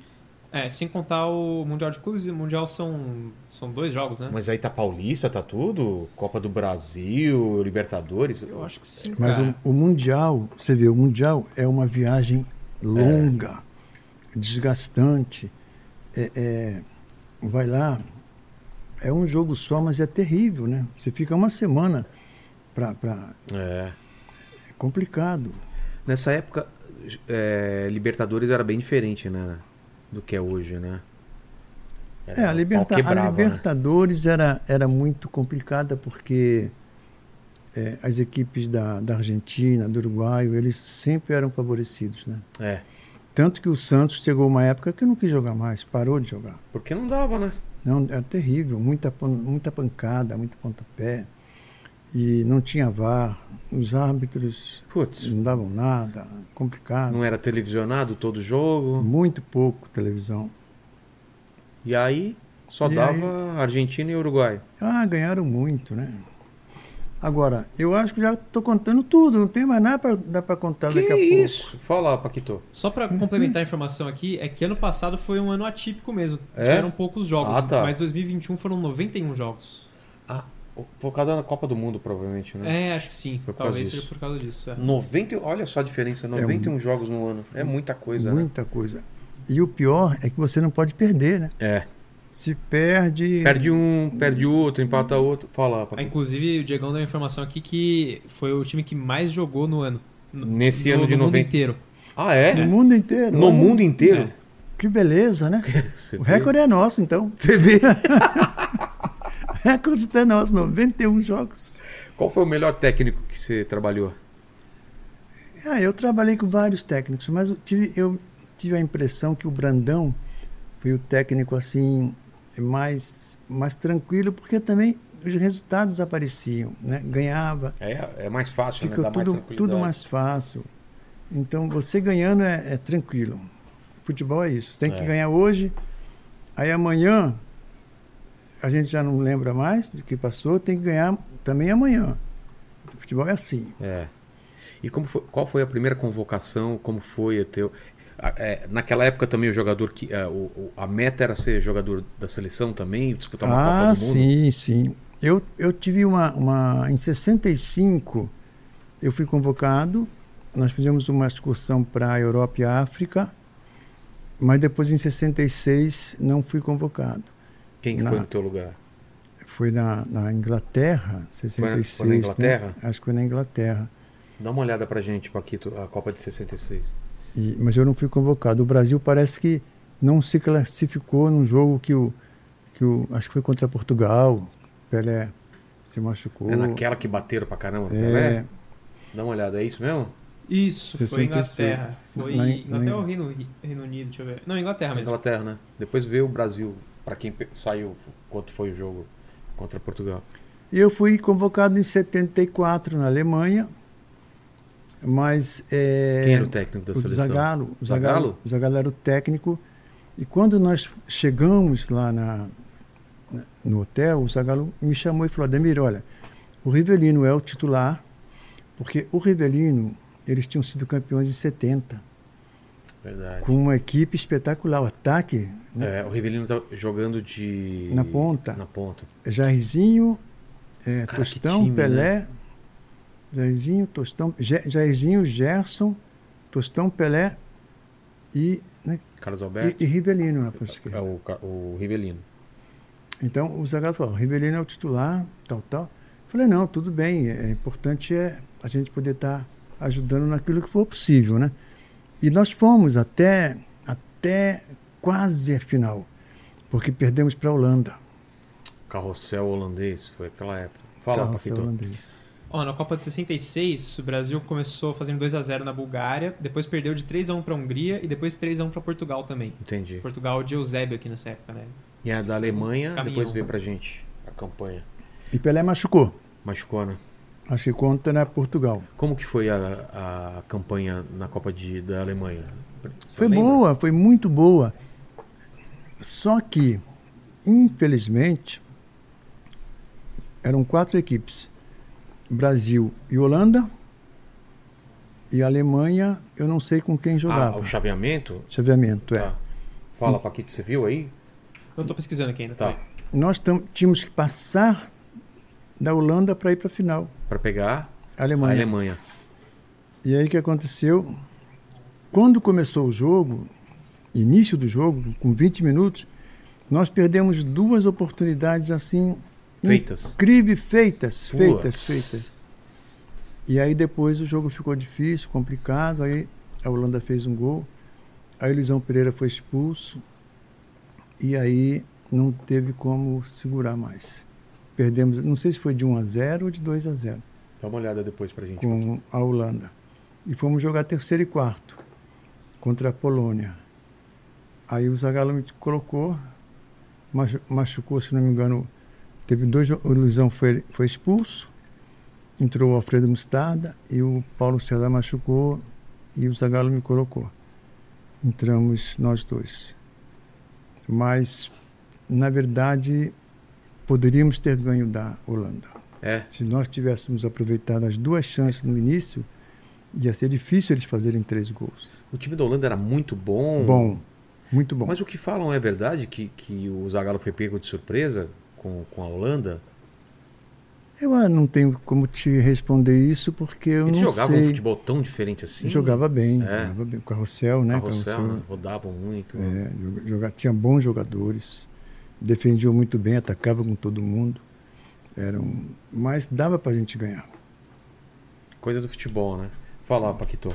S2: É, sem contar o Mundial de Clubes, o Mundial são, são dois jogos, né?
S1: Mas aí tá Paulista, tá tudo? Copa do Brasil, Libertadores.
S2: Eu acho que sim,
S3: Mas
S1: É.
S2: cara.
S3: o, o Mundial, você vê, o Mundial é uma viagem longa, desgastante. É- é, vai lá, é um jogo só, mas é terrível, né? Você fica uma semana pra, pra-
S1: É.
S3: É complicado.
S1: Nessa época, é, Libertadores era bem diferente, né? Do que é hoje, né? Era
S3: É,
S1: um
S3: a,
S1: pau
S3: liberta- a
S1: quebrava, né?
S3: Libertadores era, era muito complicada porque é, as equipes da, da Argentina, do Uruguai, eles sempre eram favorecidos, né?
S1: É,
S3: Tanto que o Santos chegou uma época que não quis jogar mais, parou de jogar.
S1: porque não dava, né?
S3: Não, era terrível, muita, pan- muita pancada, muito pontapé. E não tinha VAR, os árbitros
S1: Putz,
S3: não davam nada, complicado,
S1: não é era televisionado todo jogo.
S3: muito pouco televisão.
S1: E aí só
S3: E
S1: dava Argentina e Uruguai.
S3: Ah, ganharam muito, né? Agora, eu acho que já estou contando tudo, não tem mais nada pra, dá para contar
S1: Que
S3: Tá daqui a
S1: isso? Fala, Paquito.
S2: Só pra complementar a informação aqui, é que ano passado foi um ano atípico mesmo.
S1: É?
S2: Tiveram poucos jogos,
S1: Ah, tá.
S2: mas 2021 foram 91 jogos.
S1: Ah, focado na Copa do Mundo, provavelmente, né?
S2: É, acho que sim.
S1: Foi por causa
S2: Talvez
S1: disso.
S2: seja por causa disso. é.
S1: 90, olha só a diferença, 91 jogos no ano. É muita
S3: pouco.
S1: coisa, né?
S3: Muita coisa. E o pior é que você não pode perder, né?
S1: É.
S3: Se perde.
S1: Perde um, perde outro, empata outro. Fala,
S2: Ah,
S1: Paquito.
S2: Inclusive, o Diegão deu a informação aqui que foi o time que mais jogou no ano. No-
S1: Nesse
S2: no-
S1: ano de
S2: no mundo
S1: 90.
S2: inteiro.
S1: Ah, é?
S3: No mundo inteiro.
S1: No
S3: olha,
S1: mundo inteiro?
S3: Que beleza, né?
S1: Você
S3: O
S1: vê?
S3: recorde é nosso, então. Você vê? (laughs) o recorde é nosso, 91 jogos.
S1: Qual foi o melhor técnico que você trabalhou?
S3: Ah, eu trabalhei com vários técnicos, mas eu tive, eu tive a impressão que o Brandão foi o técnico assim mais, mais tranquilo, porque também os resultados apareciam, né? ganhava,
S1: É, é mais fácil,
S3: fica
S1: né? Dá
S3: tudo,
S1: mais
S3: tudo
S1: tranquilidade.
S3: mais fácil. Então você ganhando é, é tranquilo. Futebol é isso, você tem que
S1: É.
S3: ganhar hoje, aí amanhã a gente já não lembra mais do que passou, tem que ganhar também amanhã. Futebol é assim.
S1: É. E como foi- qual foi a primeira convocação? Como foi o teu? a- é, naquela época também o jogador que é, o- o- a meta era ser jogador da seleção também, disputar uma Copa do
S3: ah,
S1: Mundo.
S3: sim, sim. Eu, eu tive uma, uma. Em 65, eu fui convocado. Nós fizemos uma excursão para a Europa e a África. Mas depois, em 66, não fui convocado.
S1: Quem que
S3: Na-
S1: foi no teu lugar?
S3: Foi na, na Inglaterra, 66.
S1: foi na Inglaterra?
S3: né? Acho que foi na Inglaterra.
S1: Dá uma olhada pra gente, Paquito, a Copa de 66.
S3: E- mas eu não fui convocado. O Brasil parece que não se classificou num jogo que o. Que o acho que foi contra Portugal. Pelé se machucou.
S1: É né? naquela que bateram pra caramba no
S3: É,
S1: Pelé? Dá uma olhada, é isso mesmo?
S2: Isso, foi
S3: 66.
S2: Inglaterra. Foi
S3: Na- na-
S2: até o Reino, Reino Unido, deixa eu ver. Não, Inglaterra Tá mesmo.
S1: Inglaterra, né? Depois vê o Brasil, pra quem pe- saiu, quanto foi o jogo contra Portugal.
S3: E Eu fui convocado em 74 na Alemanha, mas. é,
S1: Quem era o técnico da
S3: o
S1: seleção?
S3: Zagallo, o
S1: Zagallo?
S3: Zagallo, o Zagallo era o técnico. E quando nós chegamos lá na, na- no hotel, o Zagallo me chamou e falou: Ademir, olha, o Rivelino é o titular, porque o Rivelino, eles tinham sido campeões em 70,
S1: Verdade.
S3: com uma equipe espetacular. O ataque, né?
S1: É, o Rivelino tá jogando de.
S3: Na ponta.
S1: Na ponta.
S3: Jairzinho,
S1: Cara,
S3: é,
S1: que
S3: Tostão,
S1: time, né?
S3: Pelé. Jairzinho, Tostão, Ge- Jairzinho, Gerson, Tostão, Pelé e, né,
S1: Carlos
S3: e,
S1: Alberto
S3: e Rivelino na ponta
S1: é
S3: esquerda.
S1: o, Ca- o Rivelino.
S3: Então o Zagallo falou, "Ó, o Rivelino é o titular, tal, tal. Eu falei, não, tudo bem, é é importante é a gente poder estar ajudando naquilo que for possível, né? E nós fomos até, até quase a final, porque perdemos para a Holanda,
S1: Carrossel holandês, foi aquela época. Fala,
S3: carrossel
S1: Paquito.
S3: holandês.
S2: Ó, na Copa de 66, o Brasil começou fazendo 2 a 0 na Bulgária, depois perdeu de 3 a 1 para Hungria e depois 3 a 1 para Portugal também.
S1: Entendi.
S2: Portugal de Eusébio aqui nessa época, né?
S1: E a da Alemanha,
S2: Caminhão.
S1: depois vê pra gente a campanha.
S3: E Pelé machucou,
S1: Machucou, né?
S3: acho que contra na Portugal.
S1: Como que foi a, a campanha na Copa de, da Alemanha? Você
S3: Foi
S1: lembra?
S3: boa, foi muito boa. Só que, infelizmente, eram quatro equipes: Brasil e Holanda, e Alemanha, eu não sei com quem
S1: Ah,
S3: jogava.
S1: o chaveamento?
S3: Chaveamento, é.
S1: Tá. Fala, Paquito, você viu aí?
S2: Eu tô pesquisando aqui ainda.
S1: Tá.
S2: peraí.
S3: Nós tam- tínhamos que passar da Holanda para ir para a final.
S1: Pra pegar a
S3: Alemanha.
S1: Alemanha.
S3: E aí o que aconteceu? Quando começou o jogo, início do jogo, com 20 minutos, nós perdemos duas oportunidades assim
S1: Feitas.
S3: incríveis, feitas, feitas,
S1: Puts.
S3: feitas. E aí depois o jogo ficou difícil, complicado, aí a Holanda fez um gol, aí o Luizão Pereira foi expulso, e aí não teve como segurar mais. Perdemos, não sei se foi de 1 a 0 ou de 2 a 0
S1: Dá uma olhada depois pra gente.
S3: com a Holanda. E fomos jogar terceiro e quarto contra a Polônia. Aí o Zagallo me colocou, machu- machucou, se não me engano, teve dois, jo- o Luizão foi, foi expulso, entrou o Alfredo Mostarda e o Paulo César machucou e o Zagallo me colocou. Entramos nós dois. Mas, na verdade, poderíamos ter ganho da Holanda.
S1: É,
S3: Se nós tivéssemos aproveitado as duas chances no início, ia ser difícil eles fazerem três gols.
S1: o time da Holanda era muito bom.
S3: Bom, muito bom.
S1: Hum. Mas o que falam é verdade? Que, que o Zagallo foi pego de surpresa com, com a Holanda?
S3: Eu ah, não tenho como te responder isso porque eu
S1: Eles
S3: não
S1: jogavam um
S3: sei.
S1: futebol tão diferente assim.
S3: Jogava bem,
S1: É.
S3: jogava bem. Carrossel, né?
S1: Carrossel, né? rodavam muito.
S3: É, joga- joga- tinha bons jogadores, defendiam muito bem, atacava com todo mundo. Era um- mas dava pra gente ganhar.
S1: Coisa do futebol, né? Fala, Paquito.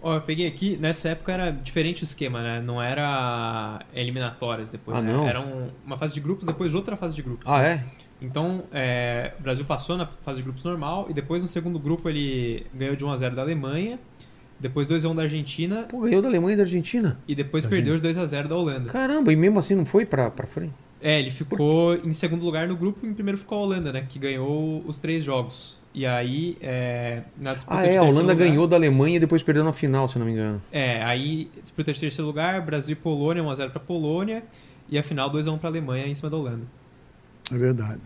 S2: Ó, eu peguei aqui, nessa época era diferente o esquema, né? Não era eliminatórias depois,
S1: Ah,
S2: né?
S1: não?
S2: Era um- uma fase de grupos, depois outra fase de grupos.
S1: Ah,
S2: né?
S1: é?
S2: Então, é, o Brasil passou na fase de grupos normal e depois no segundo grupo ele ganhou de 1 a 0 da Alemanha, depois 2 a 1 da Argentina
S1: Pô, ganhou da Alemanha e da Argentina.
S2: e depois perdeu de 2 a 0 da Holanda.
S1: Caramba, e mesmo assim não foi pra, pra frente?
S2: É, ele ficou em segundo lugar no grupo e em primeiro ficou a Holanda, né? Que ganhou os três jogos. E aí, é, na disputa
S1: Ah,
S2: de
S1: é, a
S2: terceiro
S3: né?
S1: Holanda
S2: lugar-
S1: ganhou da Alemanha e depois perdeu na final, se não me engano.
S2: É, aí disputa de terceiro lugar, Brasil e Polônia, 1x0 pra Polônia. E a final 2x1 pra Alemanha em cima da Holanda.
S3: É verdade.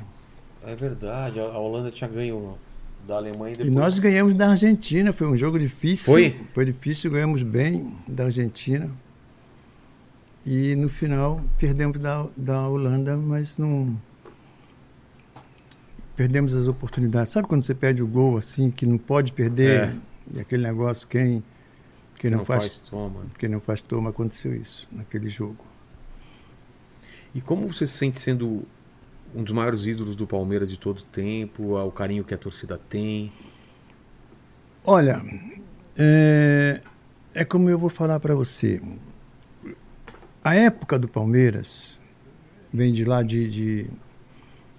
S1: É verdade, a a Holanda tinha ganho da Alemanha e
S3: E nós ganhamos da Argentina, foi um jogo difícil.
S1: Foi?
S3: Foi difícil, ganhamos bem da Argentina. E no final perdemos da, da Holanda, mas não. Perdemos as oportunidades. Sabe quando você perde o gol assim, que não pode perder?
S1: É.
S3: E aquele negócio, quem, quem, não, faz,
S1: toma.
S3: quem não faz toma, aconteceu isso naquele jogo.
S1: E como você se sente sendo um dos maiores ídolos do Palmeiras de todo tempo, ao carinho que a torcida tem?
S3: Olha, é, é como eu vou falar para você. A época do Palmeiras vem de lá de, de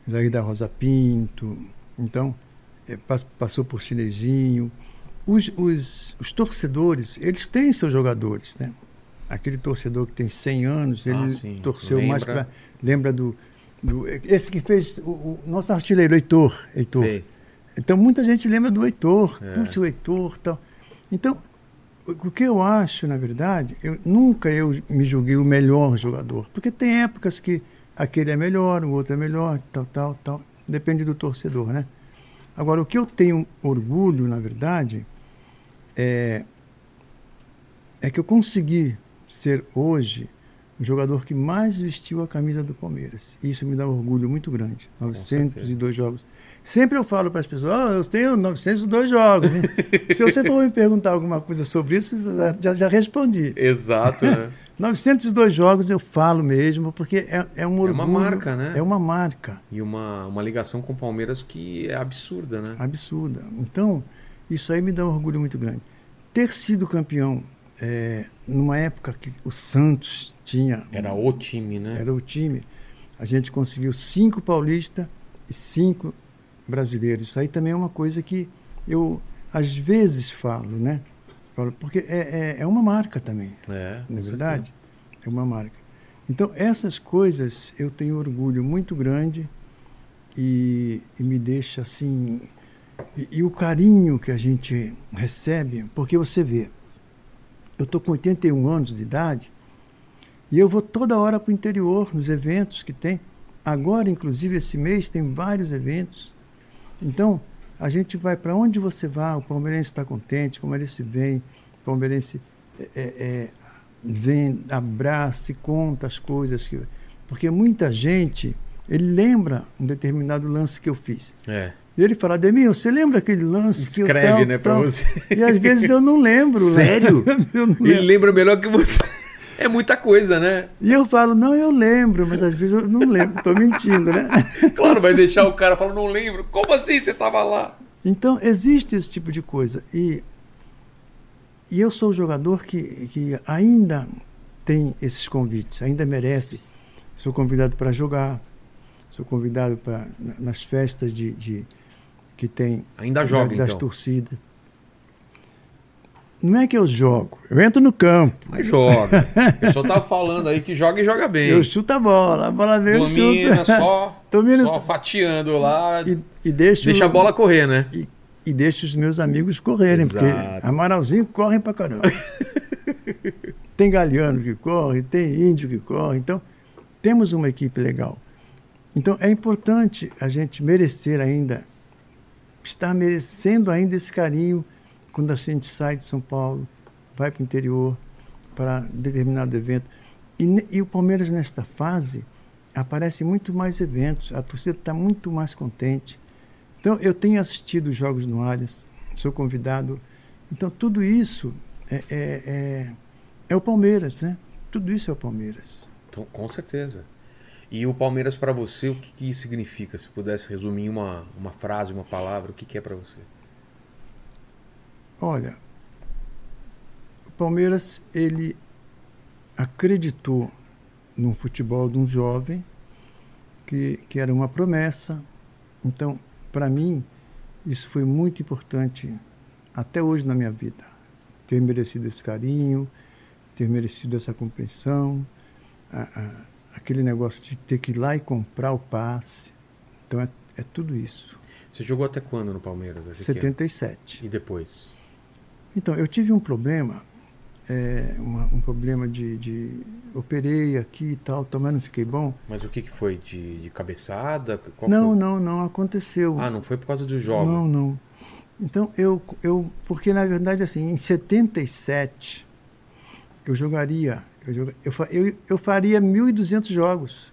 S3: daí da Rosa Pinto, então é, pass- passou por Chinesinho. Os, os, os torcedores, eles têm seus jogadores, né? Aquele torcedor que tem 100 anos,
S1: Ah,
S3: ele
S1: sim.
S3: torceu mais
S1: Lembra.
S3: para... Lembra do, do... Esse que fez o, o nosso artilheiro, Heitor. Heitor.
S1: Sei.
S3: Então muita gente lembra do Heitor,
S1: É.
S3: putz, o Heitor tal. Então, o o que eu acho, na verdade, eu, nunca eu me julguei o melhor jogador. Porque tem épocas que aquele é melhor, o outro é melhor, tal, tal, tal. Depende do torcedor, né? Agora, o que eu tenho orgulho, na verdade, é, é que eu consegui ser hoje o jogador que mais vestiu a camisa do Palmeiras. Isso me dá um orgulho muito grande. 902 jogos. Sempre eu falo para as pessoas, "Ah, eu tenho 902 jogos.
S1: (laughs)
S3: hein?" Se você for me perguntar alguma coisa sobre isso, já, já respondi.
S1: Exato, (laughs) né?
S3: 902 jogos eu falo mesmo, porque é, é um orgulho.
S1: uma marca, né?
S3: É uma marca
S1: e uma, uma ligação com o Palmeiras que é absurda, né?
S3: absurda. Então, isso aí me dá um orgulho muito grande. Ter sido campeão eh, numa época que o Santos tinha
S1: Era o time, né?
S3: era o time. A gente conseguiu cinco paulistas e cinco brasileiros. Isso aí também é uma coisa que eu às vezes falo, né? Falo, porque é, é, é uma marca também,
S1: É,
S3: na
S1: com
S3: verdade. É uma marca. Então, essas coisas eu tenho orgulho muito grande e, e me deixa assim. E, e o carinho que a gente recebe, porque você vê, eu estou com 81 anos de idade e eu vou toda hora para o interior, nos eventos que tem. Agora, inclusive, esse mês tem vários eventos. Então, a gente vai para onde você vá, o palmeirense está contente, o palmeirense vem, o palmeirense é, é, é, vem, abraça e conta as coisas. Que... Porque muita gente, ele lembra um determinado lance que eu fiz.
S1: certeza. É.
S3: E ele fala, Ademir, você lembra aquele lance que eu
S1: Escreve,
S3: tal,
S1: né, pra
S3: tal?"
S1: você. (laughs)
S3: E às vezes eu não lembro. né?
S1: Sério?
S3: (laughs) eu não
S1: Ele
S3: lembro.
S1: lembra melhor que você. É muita coisa, né?
S3: E eu falo, não, eu lembro, mas às vezes eu não lembro, estou mentindo, né? (laughs)
S1: Claro, vai deixar o cara falando, não lembro. Como assim você tava lá?
S3: Então, existe esse tipo de coisa. E, e eu sou o jogador que, que ainda tem esses convites, ainda merece. Sou convidado para jogar, sou convidado para na- nas festas de, de- que tem
S1: Ainda joga,
S3: da- das
S1: então.
S3: torcidas. Não é que eu jogo, eu entro no campo,
S1: Mas joga. O pessoal tava falando aí que joga e joga bem.
S3: eu chuto a bola, a bola vem, eu
S1: Domina,
S3: chuto.
S1: só,
S3: Domina-
S1: só fatiando lá.
S3: E, (laughs) e deixo,
S1: Deixa a bola correr, né?
S3: e, e deixo os meus amigos correrem,
S1: Exato.
S3: porque Amaralzinho correm pra caramba. tem galeano que corre, tem índio que corre, então temos uma equipe legal. Então é importante a gente merecer ainda, estar merecendo ainda esse carinho quando a gente sai de São Paulo, vai para o interior, para determinado evento. E, ne- e o Palmeiras, nesta fase, aparece muito mais eventos, a torcida está muito mais contente. Então, eu tenho assistido os Jogos no Allianz, sou convidado. Então, tudo isso é, é, é, é o Palmeiras, né? Tudo isso é o Palmeiras.
S1: Então, com certeza. E o Palmeiras pra você, o que, que significa? Se pudesse resumir em uma, uma frase, uma palavra, o que, que é pra você?
S3: Olha, o Palmeiras, ele acreditou num futebol de um jovem que, que era uma promessa. Então, para mim, isso foi muito importante até hoje na minha vida. Ter merecido esse carinho, ter merecido essa compreensão, a- a- aquele negócio de ter que ir lá e comprar o passe. Então, é, é tudo isso.
S1: Você jogou até quando no Palmeiras? Até que ano?
S3: 77.
S1: E depois?
S3: Então, eu tive um problema, é, uma- um problema de, de- Operei aqui e tal, também não fiquei bom.
S1: Mas o que, que foi? De, de cabeçada? Qual
S3: não,
S1: foi?
S3: não, não aconteceu.
S1: Ah, não foi por causa do jogo.
S3: não, não. Então, eu, eu. Porque, na verdade, assim, em 77, eu jogaria. Eu, joga- eu, fa- eu, eu faria 1.200 jogos.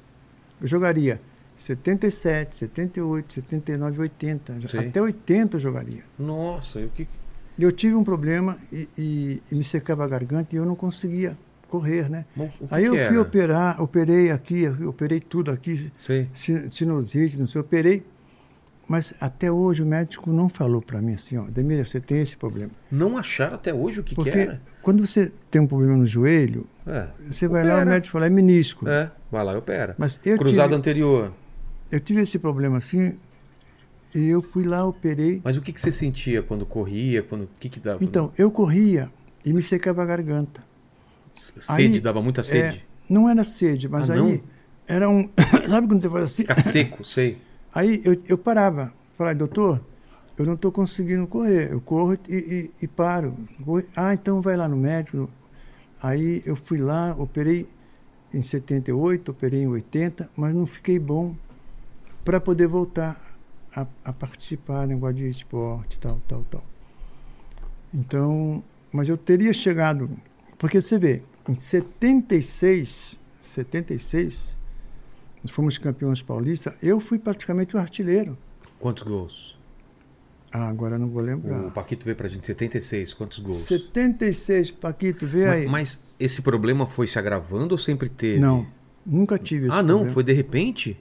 S3: Eu jogaria 77, 78, 79, 80.
S1: Sim.
S3: Até 80 eu jogaria.
S1: Nossa, e o que.
S3: E eu tive um problema e, e- e me secava a garganta e eu não conseguia correr, né?
S1: Bom, o que
S3: Aí eu
S1: que
S3: fui
S1: era?
S3: operar, operei aqui, eu operei tudo aqui,
S1: Sei.
S3: si- sinusite, não sei, operei. Mas até hoje o médico não falou para mim assim, ó, Demir, você tem esse problema.
S1: Não acharam até hoje o que, que
S3: Porque
S1: era?
S3: quando você tem um problema no joelho,
S1: É.
S3: você vai lá,
S1: Opera.
S3: o médico fala, é menisco.
S1: É, vai lá e opera.
S3: Mas eu
S1: Cruzado
S3: tive-
S1: anterior.
S3: Eu tive esse problema assim, e eu fui lá, operei.
S1: Mas o que, que você sentia quando corria? Quando... O que, que dava?
S3: Então, eu corria e me secava a garganta.
S1: S- sede,
S3: aí-
S1: dava muita
S3: É,
S1: sede.
S3: não era sede, mas
S1: Ah,
S3: aí
S1: não?
S3: era um. (laughs) Sabe quando você faz assim? (laughs)
S1: Ficar seco, sei.
S3: Aí eu, eu parava. Falei, doutor, eu não estou conseguindo correr. Eu corro e, e- e paro. Corro- Ah, então vai lá no médico. Aí eu fui lá, operei em 78, operei em 80, mas não fiquei bom para poder voltar a, a participar, negócio de esporte, tal, tal, tal. Então, mas eu teria chegado, porque você vê, em 76, 76, nós fomos campeões paulistas, eu fui praticamente o artilheiro.
S1: Quantos gols?
S3: Ah, agora eu não vou
S1: O
S3: lembrar.
S1: Paquito veio pra gente, 76. Quantos gols?
S3: 76, Paquito, vê aí.
S1: Mas, é mas esse problema foi se agravando ou sempre teve?
S3: Não, nunca tive esse
S1: Ah, não?
S3: problema.
S1: Foi de repente?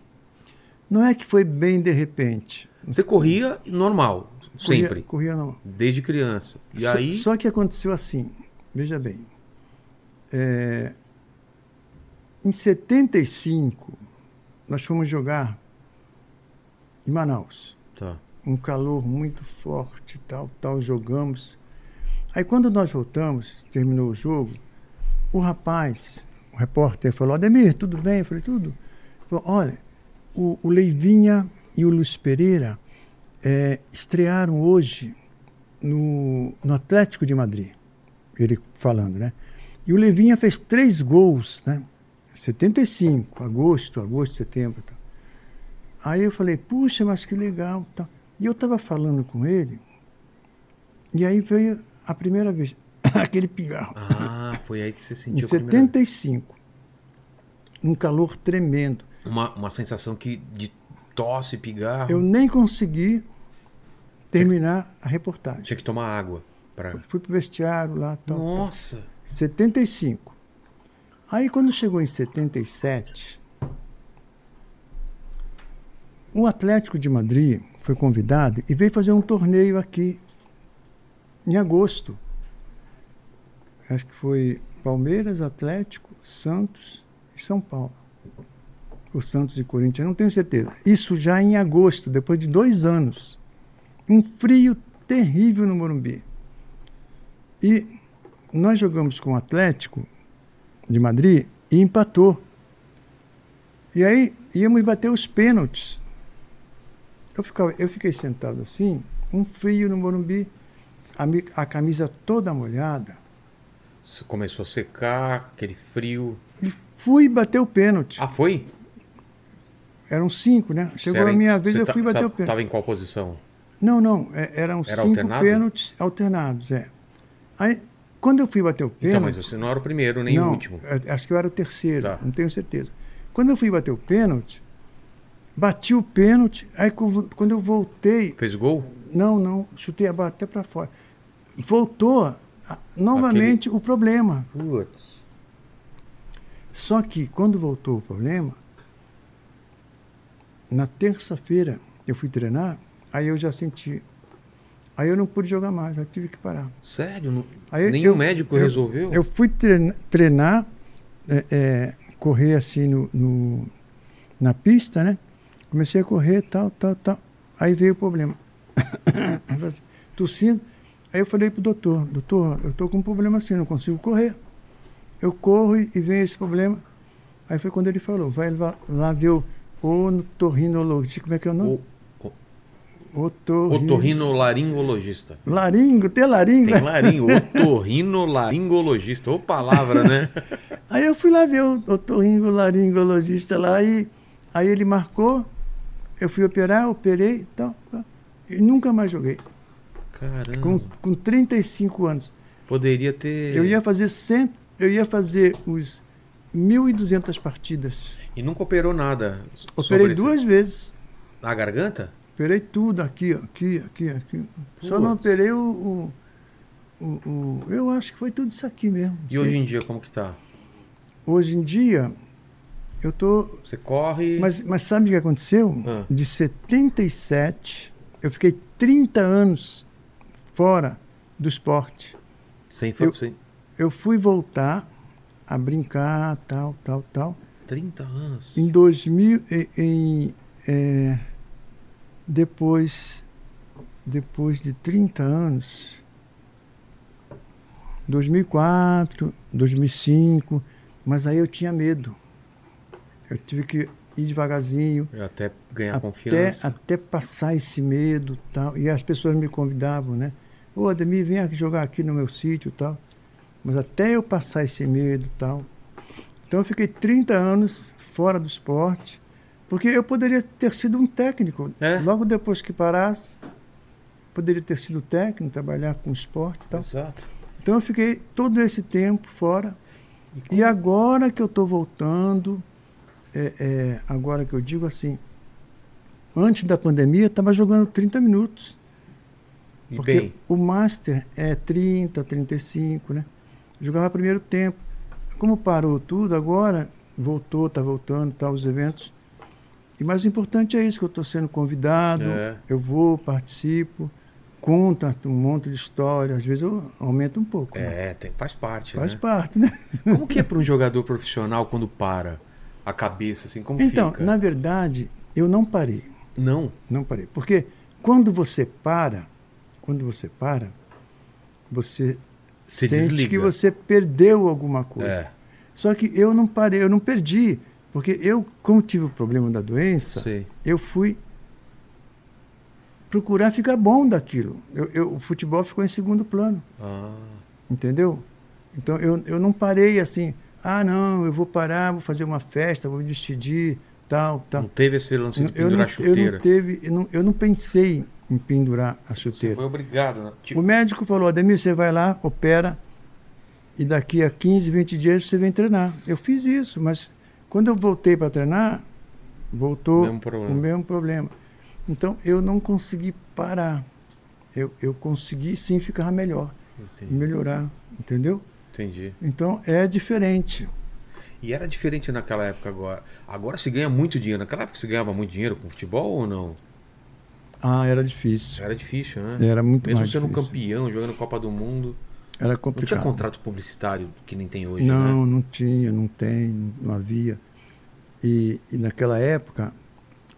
S3: Não é que foi bem de repente.
S1: Você corria normal,
S3: Corria-
S1: sempre.
S3: Corria não.
S1: Desde criança. E
S3: só,
S1: aí.
S3: só que aconteceu assim, veja bem. É, em 75, nós fomos jogar em Manaus.
S1: Tá.
S3: Um calor muito forte, tal, tal, jogamos. Aí quando nós voltamos, terminou o jogo, o rapaz, o repórter, falou, Ademir, tudo bem? Eu falei, tudo. Ele Falou, olha, o, o Leivinha e o Luiz Pereira eh, estrearam hoje no, no Atlético de Madrid. Ele falando, né? E o Leivinha fez três gols, né? 75, agosto, agosto, setembro. Tal. Aí eu falei, puxa, mas que legal. Tal. E eu estava falando com ele, e aí veio a primeira vez, (laughs) aquele pigarro.
S1: Ah, foi aí que você
S3: Em
S1: sentiu. a primeira-
S3: 75. Um calor tremendo.
S1: Uma, uma sensação que de tosse, pigarro.
S3: Eu nem consegui terminar a reportagem.
S1: Tinha que tomar água. Pra...
S3: Fui pro vestiário lá,
S1: Então, tá.
S3: tal, tal.
S1: Nossa!
S3: 75. Aí quando chegou em 77, o Atlético de Madrid foi convidado e veio fazer um torneio aqui em agosto. Acho que foi Palmeiras, Atlético, Santos e São Paulo. O Santos e Corinthians, não tenho certeza. Isso já em agosto, depois de dois anos. Um frio terrível no Morumbi. E nós jogamos com o Atlético de Madrid e empatou. E aí íamos bater os pênaltis. Eu, ficava, eu fiquei sentado assim, um frio no Morumbi, a, mi- a camisa toda molhada.
S1: Isso Começou a secar, aquele frio.
S3: E fui bater o pênalti.
S1: Ah, foi?
S3: Eram cinco, né?
S1: Você
S3: Chegou a
S1: era em-
S3: minha vez,
S1: você
S3: eu
S1: tá-
S3: fui bater
S1: você
S3: o pênalti.
S1: Tava em qual posição?
S3: Não, não, é- eram
S1: Era
S3: cinco
S1: alternado?
S3: pênaltis alternados, é. Aí, quando eu fui bater o pênalti.
S1: Então, mas você não era o primeiro nem
S3: não,
S1: o último.
S3: é, Acho que eu era o terceiro,
S1: Tá.
S3: não tenho certeza. Quando eu fui bater o pênalti, bati o pênalti, aí co- quando eu voltei,
S1: Fez gol?
S3: não, não, chutei a bola até para fora. Voltou ah, novamente o problema.
S1: Putz.
S3: Só que quando voltou o problema, na terça-feira eu fui treinar, aí eu já senti. Aí eu não pude jogar mais, aí tive que parar.
S1: Sério? Não...
S3: Aí
S1: Nenhum
S3: eu-
S1: médico
S3: eu-
S1: resolveu?
S3: Eu fui treina- treinar, é, é, correr assim no, no- na pista, né? Comecei a correr, tal, tal, tal. Aí veio o problema. (coughs) Assim, Tossindo. Aí eu falei pro doutor, doutor, eu tô com um problema assim, não consigo correr. Eu corro e, e vem esse problema. Aí foi quando ele falou, vai lá, lá ver o otorrinolaringologista, como é que é o nome?
S1: O... o-
S3: Otorrin-
S1: Otorrinolaringologista.
S3: Laringo, tem laringo.
S1: Tem larinho.
S3: (laughs)
S1: Otorrinolaringologista. Ô palavra, né?
S3: Aí eu fui lá ver o otorringo laringologista lá e aí ele marcou, eu fui operar, operei e tal, tal, e nunca mais joguei.
S1: Caramba.
S3: Com, com 35 anos.
S1: Poderia ter...
S3: Eu ia fazer 100, eu ia fazer os 1.200 partidas.
S1: E nunca operou nada. so- sobre
S3: Operei
S1: esse-
S3: duas vezes.
S1: Na garganta?
S3: Operei tudo aqui, ó, aqui, aqui, aqui. Só não
S1: Putz.
S3: operei o, o- o- o- Eu acho que foi tudo isso aqui mesmo.
S1: E hoje em dia, como que tá?
S3: Hoje em dia, eu tô.
S1: Você corre.
S3: Mas, mas sabe o que aconteceu?
S1: Ah.
S3: De 77, eu fiquei 30 anos fora do esporte.
S1: Sem
S3: eu-
S1: fazer.
S3: Eu fui voltar a brincar, tal, tal, tal.
S1: 30 anos.
S3: Em 2000, e- em, é, depois, depois de 30 anos, 2004, 2005, mas aí eu tinha medo. Eu tive que ir devagarzinho
S1: Eu até ganhar
S3: até,
S1: confiança.
S3: até passar esse medo tal. E as pessoas me convidavam, né? Ô, Ademir, vem aqui jogar aqui no meu sítio tal. Mas até eu passar esse medo tal. Então eu fiquei 30 anos fora do esporte, porque eu poderia ter sido um técnico.
S1: É.
S3: Logo depois que parasse, poderia ter sido técnico, trabalhar com esporte e tal.
S1: Exato.
S3: Então eu fiquei todo esse tempo fora. E agora que eu estou voltando, é, é, agora que eu digo assim, antes da pandemia eu estava jogando 30 minutos.
S1: E
S3: Porque
S1: bem,
S3: o Master é 30, 35, né? Jogava primeiro tempo. Como parou tudo agora, voltou, está voltando, tá os eventos. E mais importante é isso, que eu estou sendo convidado,
S1: É.
S3: eu vou, participo, conta um monte de história, às vezes eu aumento um pouco. né?
S1: é, tem, faz parte,
S3: Faz
S1: né?
S3: parte, né?
S1: Como que é para um jogador profissional quando para a cabeça, assim, como
S3: Então,
S1: fica?
S3: na verdade, eu não parei.
S1: Não.
S3: Não parei. Porque quando você para, quando você para, você
S1: Se
S3: sente
S1: desliga.
S3: que você perdeu alguma coisa.
S1: É,
S3: Só que eu não parei, eu não perdi. Porque eu, como tive o problema da doença,
S1: sei.
S3: eu fui procurar ficar bom daquilo. Eu- eu- o futebol ficou em segundo plano.
S1: Ah,
S3: Entendeu? Então eu, eu não parei assim, ah não, eu vou parar, vou fazer uma festa, vou me despedir, tal, tal.
S1: não teve esse lance de
S3: eu, não,
S1: pendurar a
S3: eu
S1: chuteira.
S3: não teve, eu não, eu não pensei em pendurar a
S1: Você
S3: chuteira.
S1: foi obrigado, né? Tipo,
S3: O médico falou, Ademir, você vai lá, opera, e daqui a 15, 20 dias você vem treinar. Eu fiz isso, mas quando eu voltei para treinar, voltou
S1: Mesmo problema.
S3: o mesmo problema. Então eu não consegui parar. Eu, eu consegui sim ficar melhor,
S1: entendi,
S3: melhorar, entendeu?
S1: entendi.
S3: Então é diferente.
S1: E era diferente naquela época agora. Agora se ganha muito dinheiro. Naquela época você ganhava muito dinheiro com futebol ou não?
S3: Ah, era difícil.
S1: Era difícil, né?
S3: Era muito
S1: Mesmo
S3: É, mais
S1: sendo
S3: difícil.
S1: campeão, jogando Copa do Mundo.
S3: Era
S1: Não tinha
S3: complicado.
S1: contrato publicitário que nem tem hoje, né?
S3: não, não tinha, não tem, não havia. E, e naquela época,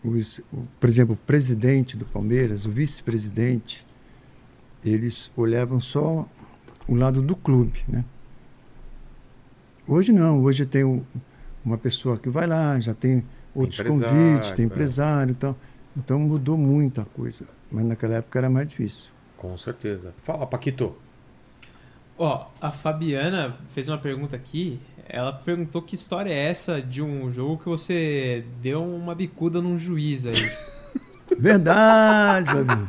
S3: os, o- por exemplo, o presidente do Palmeiras, o vice-presidente, eles olhavam só o lado do clube, né? Hoje não, hoje tem um- uma pessoa que vai lá, já tem outros
S1: Empresário,
S3: convites, tem
S1: é.
S3: empresário e tal. Então mudou muita coisa, mas naquela época era mais difícil.
S1: Com certeza. Fala, Paquito.
S2: Ó, a Fabiana fez uma pergunta aqui. Ela perguntou que história é essa de um jogo que você deu uma bicuda num juiz aí.
S1: (laughs)
S3: Verdade, Fabinho.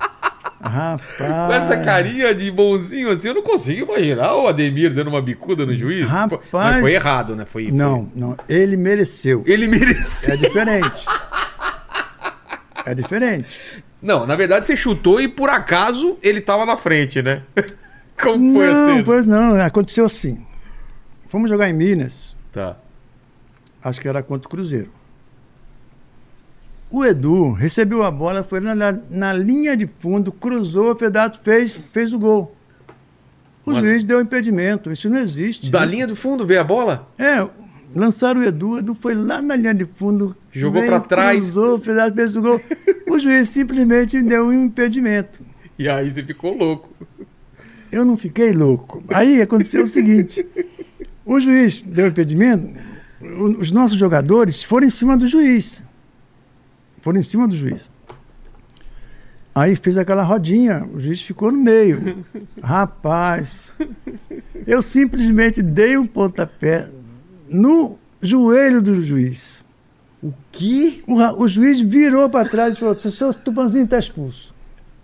S3: Rapaz.
S1: Com essa carinha de bonzinho assim, eu não consigo imaginar o Ademir dando uma bicuda no juiz.
S3: Rapaz.
S1: Foi- Mas foi errado, né? Foi, foi-
S3: Não, não. Ele mereceu.
S1: Ele merecia.
S3: É diferente. É diferente.
S1: Não, na verdade você chutou e por acaso ele tava na frente, né? (laughs) Como foi
S3: não,
S1: assim?
S3: pois não. Aconteceu assim. Fomos jogar em Minas.
S1: Tá.
S3: Acho que era contra o Cruzeiro. O Edu recebeu a bola, foi na, na- na linha de fundo, cruzou, o Fedato fez, fez o gol. O
S1: Mas-
S3: juiz deu impedimento. Isso não existe.
S1: Da linha do fundo, vê a bola?
S3: É, lançaram o Edu, o Edu foi lá na linha de fundo.
S1: Jogou pra trás.
S3: Cruzou, fez a fez o gol. O juiz simplesmente deu um impedimento.
S1: E aí você ficou louco.
S3: Eu não fiquei louco. Aí aconteceu o seguinte: o juiz deu o impedimento, o- os nossos jogadores foram em cima do juiz. Foram em cima do juiz. Aí fez aquela rodinha, o juiz ficou no meio. Rapaz, eu simplesmente dei um pontapé no joelho do juiz.
S1: O quê?
S3: O, ra- o juiz virou para trás e falou: assim, seu Tupanzinho está expulso.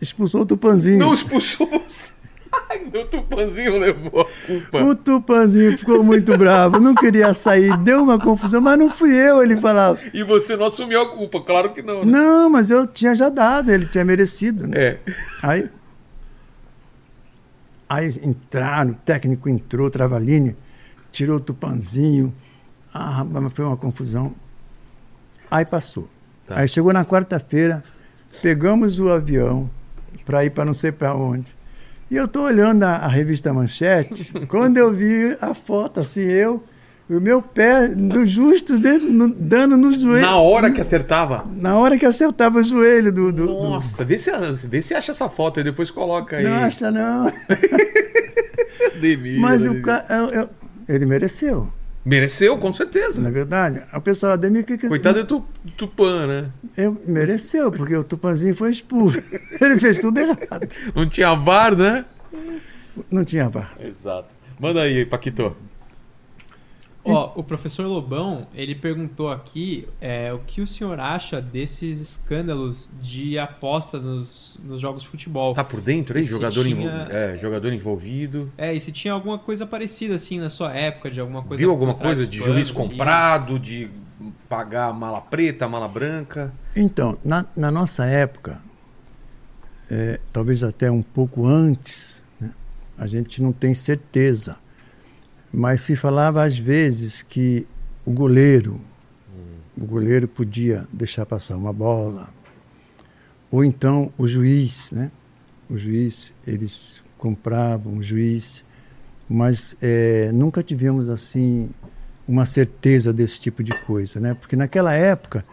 S3: Expulsou o Tupanzinho.
S1: Não expulsou você. (laughs) Ai, Meu tupanzinho levou a culpa.
S3: O Tupanzinho ficou muito (laughs) bravo, não queria sair, deu uma confusão, mas não fui eu, ele falava.
S1: E você não assumiu a culpa, claro que não. né?
S3: Não, mas eu tinha já dado, ele tinha merecido. Né?
S1: É.
S3: Aí, aí entraram, o técnico entrou, Travalini, tirou o Tupanzinho. Ah, mas foi uma confusão. Aí passou.
S1: Tá.
S3: Aí chegou na quarta-feira, pegamos o avião para ir para não sei para onde. E eu estou olhando a, a revista Manchete,
S1: (laughs)
S3: quando eu vi a foto, assim, eu, o meu pé do justo dentro, no- dando no joelho.
S1: Na hora que acertava.
S3: Na hora que acertava o joelho do. do, do-
S1: Nossa, vê se, vê se acha essa foto e depois coloca aí.
S3: Não acha, não.
S1: Ademir,
S3: Mas o
S1: Ademir.
S3: cara. eu- eu- ele mereceu,
S1: Mereceu, com certeza.
S3: na verdade. O pessoal, Ademir, o que que.
S1: Coitado do Tu- Tupã, né?
S3: Eu, mereceu, porque o Tupanzinho foi expulso. (laughs) ele fez tudo errado.
S1: Não tinha bar, né?
S3: Não tinha VAR.
S1: Exato. Manda aí, Paquito.
S2: Ó, o professor Lobão, ele perguntou aqui é, o que o senhor acha desses escândalos de aposta nos, nos jogos de futebol.
S1: Tá por dentro, hein?
S2: Esse
S1: Jogador,
S2: tinha-
S1: envol- é, jogador envolvido.
S2: É, e se tinha alguma coisa parecida assim na sua época, de alguma coisa.
S1: Viu alguma
S2: por trás
S1: coisa
S2: dos
S1: de
S2: panos
S1: juiz
S2: ali?
S1: comprado, de pagar mala preta, mala branca?
S3: Então, na, na nossa época, é, talvez até um pouco antes, né, a gente não tem certeza, mas se falava às vezes que o goleiro, o goleiro podia deixar passar uma bola, ou então o juiz, né? O juiz, eles compravam o juiz, mas é, nunca tivemos assim uma certeza desse tipo de coisa, né? Porque naquela época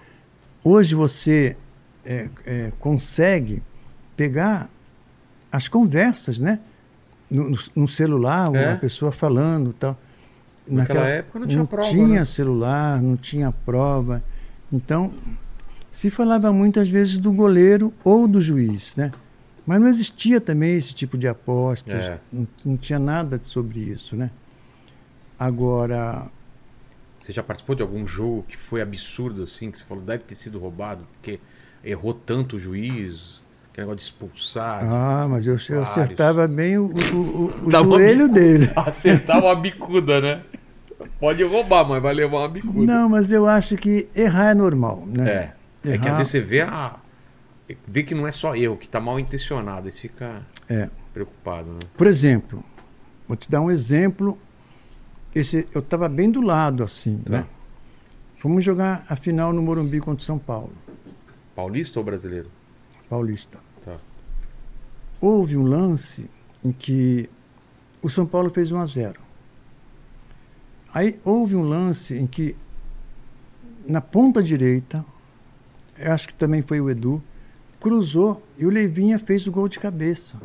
S3: hoje você é, é, consegue pegar as conversas, né? No, no- no celular,
S1: É.
S3: uma pessoa falando e tal.
S1: Naquela época não tinha prova,
S3: tinha
S1: né?
S3: celular, não tinha prova. Então, se falava muitas vezes do goleiro ou do juiz, né? Mas não existia também esse tipo de apostas,
S1: É.
S3: não, não tinha nada de- sobre isso, né? Agora,
S1: Você já participou de algum jogo que foi absurdo assim, que você falou deve ter sido roubado, porque errou tanto o juiz, aquele negócio de expulsar,
S3: ah, mas eu, eu
S1: Vários. Tá
S3: acertava bem o, o- o- o
S1: Dava uma
S3: joelho dele.
S1: (laughs) acertar uma bicuda, né? Pode roubar, mas vai levar uma bicuda.
S3: Não, mas eu acho que errar é normal, né?
S1: É. É que às
S3: Errar-
S1: vezes você vê a vê que não é só eu que tá mal intencionado e fica
S3: É.
S1: preocupado, né?
S3: Por exemplo, vou te dar um exemplo. Esse, eu estava bem do lado, assim, né? Fomos jogar a final no Morumbi contra o São Paulo,
S1: Paulista ou brasileiro?
S3: paulista.
S1: Tá.
S3: Houve um lance em que o São Paulo fez 1 a 0. Aí houve um lance em que na ponta direita, eu acho que também foi o Edu, cruzou e o Levinha fez o gol de cabeça.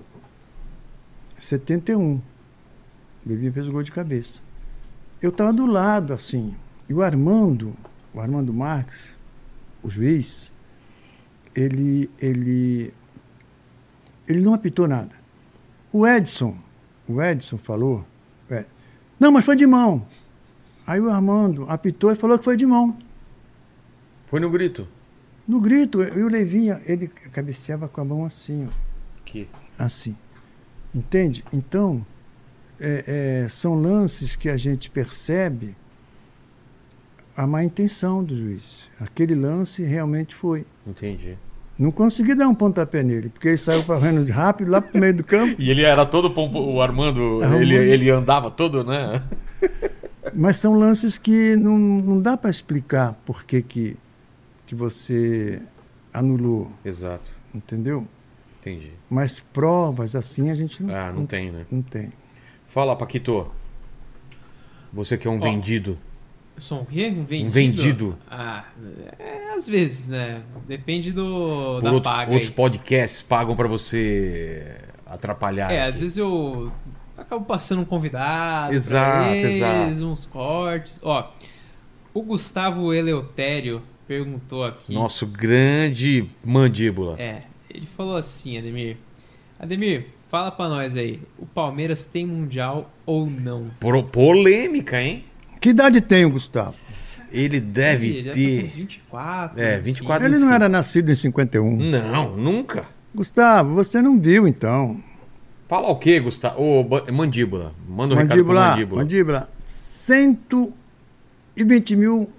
S3: 71. Levinha fez o gol de cabeça. Eu estava do lado assim, e o Armando, o Armando Marques, o juiz, ele ele ele não apitou nada. O Edson, o Edson falou, é, não, mas foi de mão. Aí o Armando apitou e falou que foi de mão.
S1: Foi no grito.
S3: No grito, e o Levinha, ele cabeceava com a mão assim, ó,
S1: Que
S3: assim. Entende? Então, é, é, são lances que a gente percebe a má intenção do juiz. Aquele lance realmente foi.
S1: entendi.
S3: Não consegui dar um pontapé nele, porque ele saiu correndo rápido lá pro meio do campo.
S1: E ele era todo pompo, o Armando,
S3: Armando.
S1: ele, ele andava todo, né?
S3: Mas são lances que não, não dá para explicar por que, que, que você anulou,
S1: Exato.
S3: entendeu?
S1: Entendi.
S3: Mas provas assim a gente não,
S1: Ah, não tem, né?
S3: não tem.
S1: Fala, Paquito. Você que é um
S2: Ó.
S1: vendido.
S2: Eu sou um quê? Um vendido?
S1: vendido.
S2: Ah, é, às vezes, né? Depende do,
S1: Por
S2: da
S1: outros-
S2: paga.
S1: outros
S2: aí.
S1: podcasts pagam pra você atrapalhar.
S2: É,
S1: aqui.
S2: às vezes eu acabo passando um convidado, pra
S1: Exato,
S2: eles,
S1: exato.
S2: uns cortes. Ó, o Gustavo Eleutério perguntou aqui.
S1: Nosso grande mandíbula.
S2: É, ele falou assim, Ademir. Ademir, fala pra nós aí, o Palmeiras tem mundial ou não?
S1: Pro- polêmica, hein?
S3: Que idade tem o Gustavo?
S1: Ele deve
S2: ele já tá com uns
S1: ter.
S2: 24.
S1: É,
S2: 25.
S1: 24.
S3: Ele não
S1: Sim.
S3: era nascido em
S1: Hum.
S3: 51.
S1: Não, nunca.
S3: Gustavo, você não viu então.
S1: Fala o quê, Gustavo? Ô, ba- mandíbula. Manda um recado
S3: mandíbula,
S1: pro mandíbula.
S3: mandíbula, 120 mil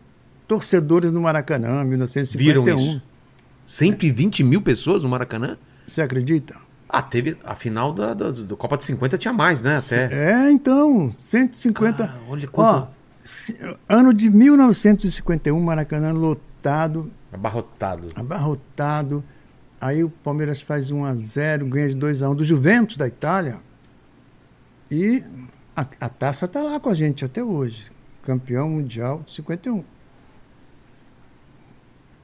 S3: torcedores no Maracanã, em
S1: Viram
S3: 1951.
S1: isso? 120 mil pessoas no Maracanã?
S3: Você acredita?
S1: Ah, teve. A final da, da, da Copa de 50 tinha mais, né? Até.
S3: É, então, 150.
S1: Ah, olha
S3: Ó,
S1: quanto.
S3: Se- Ano de 1951, Maracanã lotado,
S1: Abarrotado.
S3: abarrotado. Aí o Palmeiras faz 1 a 0 ganha de 2 a 1 do Juventus da Itália. E a, a taça está lá com a gente até hoje. Campeão mundial de 51.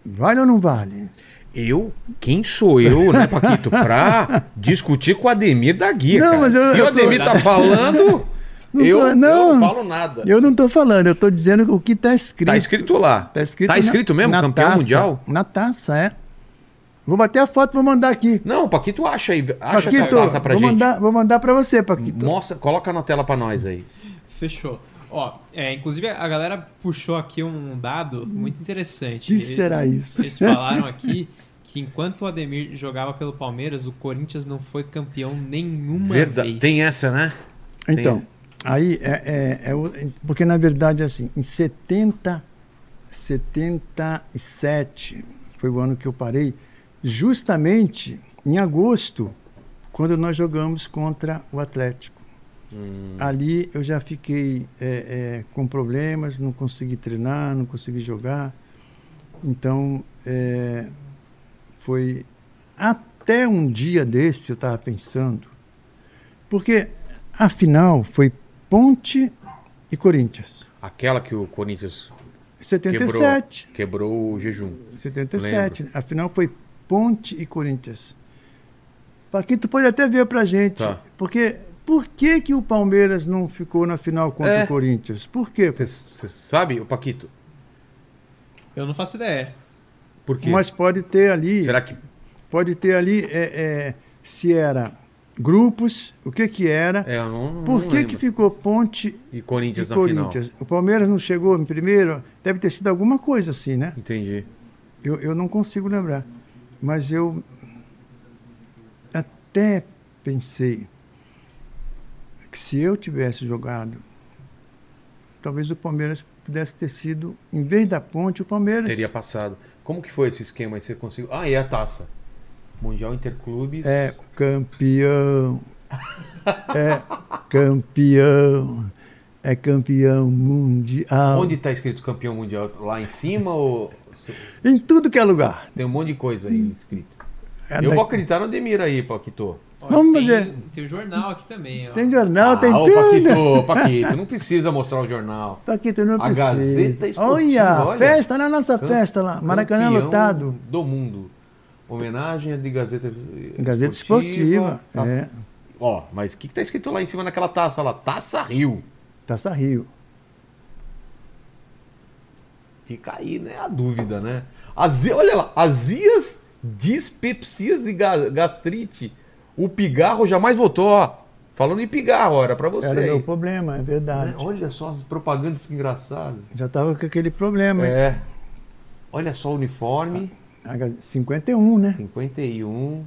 S3: Vale ou não vale?
S1: Eu, quem sou eu, né,
S3: (laughs)
S1: Paquito, pra discutir com o Ademir da Guia,
S3: Não,
S1: cara?
S3: mas eu-
S1: Se
S3: eu
S1: o Ademir
S2: sou-
S1: tá falando,
S3: Não
S1: eu,
S3: sou-
S1: eu não
S3: não.
S1: falo nada.
S3: Eu não estou falando, eu estou dizendo o que está escrito.
S1: Tá escrito lá.
S3: Tá escrito,
S1: Tá
S3: na-
S1: escrito mesmo,
S3: na
S1: campeão
S3: taça.
S1: mundial?
S3: Na taça, é. Vou bater a foto e vou mandar aqui.
S1: Não, Paquito, acha aí. Acha essa
S3: Paquito,
S1: taça pra
S3: vou
S1: gente.
S3: mandar, vou mandar pra você, Paquito.
S1: Mostra, coloca na tela pra nós aí.
S2: Fechou. Ó, é, inclusive a galera puxou aqui um dado muito interessante.
S3: Que será isso?
S2: Eles falaram aqui que enquanto o Ademir jogava pelo Palmeiras, o Corinthians não foi campeão nenhuma
S1: Verdade.
S2: vez.
S1: Tem essa, né?
S3: Então, aí é, é- é o- porque na verdade é assim, em 70, 77 foi o ano que eu parei, justamente em agosto, quando nós jogamos contra o Atlético. Ali eu já fiquei é, é, com problemas, não consegui treinar, não consegui jogar. Então, é, foi até um dia desse eu estava pensando, porque a final foi Ponte e Corinthians.
S1: Aquela que o Corinthians
S3: 77.
S1: quebrou, quebrou o jejum.
S3: 77. A final foi Ponte e Corinthians. Paquito pode até ver pra gente.
S1: Tá.
S3: Porque por que, que o Palmeiras não ficou na final contra
S1: É.
S3: o Corinthians? Por quê?
S1: Você sabe, o Paquito?
S2: Eu não faço ideia.
S1: Por quê?
S3: Mas pode ter ali.
S1: Será que
S3: Pode ter ali é, é, se era grupos, o que que era.
S1: É, eu não,
S3: Por
S1: não
S3: que,
S1: lembro.
S3: que ficou Ponte
S1: E Corinthians
S3: e
S1: na
S3: Corinthians? O Palmeiras não chegou em primeiro? Deve ter sido alguma coisa assim, né?
S1: final. Entendi.
S3: Eu, eu não consigo lembrar. Mas eu até pensei que se eu tivesse jogado, talvez o Palmeiras pudesse ter sido, em vez da ponte, o Palmeiras.
S1: Teria passado. Como que foi esse esquema aí? Você conseguiu. Ah, e a taça. Mundial Interclubes.
S3: É campeão. É campeão. É campeão mundial.
S1: Onde tá escrito campeão mundial? Lá em cima ou.
S3: Em tudo que é lugar.
S1: Tem um monte de coisa aí escrito.
S3: É
S1: Eu
S3: da-
S1: vou acreditar no Ademir aí, Paquito. Ah,
S2: Ó,
S3: Vamos
S2: tem,
S3: fazer.
S2: Tem o jornal aqui também, ó.
S3: Tem jornal, tem
S1: ô,
S3: tudo. né?
S1: Paquito, Paquito, não precisa mostrar o jornal.
S3: Paquito não
S1: A
S3: precisa.
S1: Gazeta Esportiva,
S3: olha,
S1: olha.
S3: festa, na nossa
S1: Cam-
S3: festa lá. Ah, Maracanã é
S1: Campeão
S3: lotado.
S1: Do mundo. Homenagem à de Gazeta
S3: Gazeta Esportiva.
S1: Tá-
S3: É,
S1: Ó, mas o que, que tá escrito lá em cima naquela taça lá? Taça Rio.
S3: Taça Rio.
S1: Fica aí, né? A dúvida, né? Azi- Olha lá, azias, dispepsias e ga- gastrite. O pigarro jamais voltou, ó. Falando em pigarro, era pra você.
S3: Era
S1: aí.
S3: meu problema, é
S1: Né?
S3: verdade.
S1: Olha só as propagandas que engraçadas.
S3: Já estava com aquele problema. hein?
S1: É. Olha só o uniforme.
S3: A Gazeta- 51, né?
S1: 51.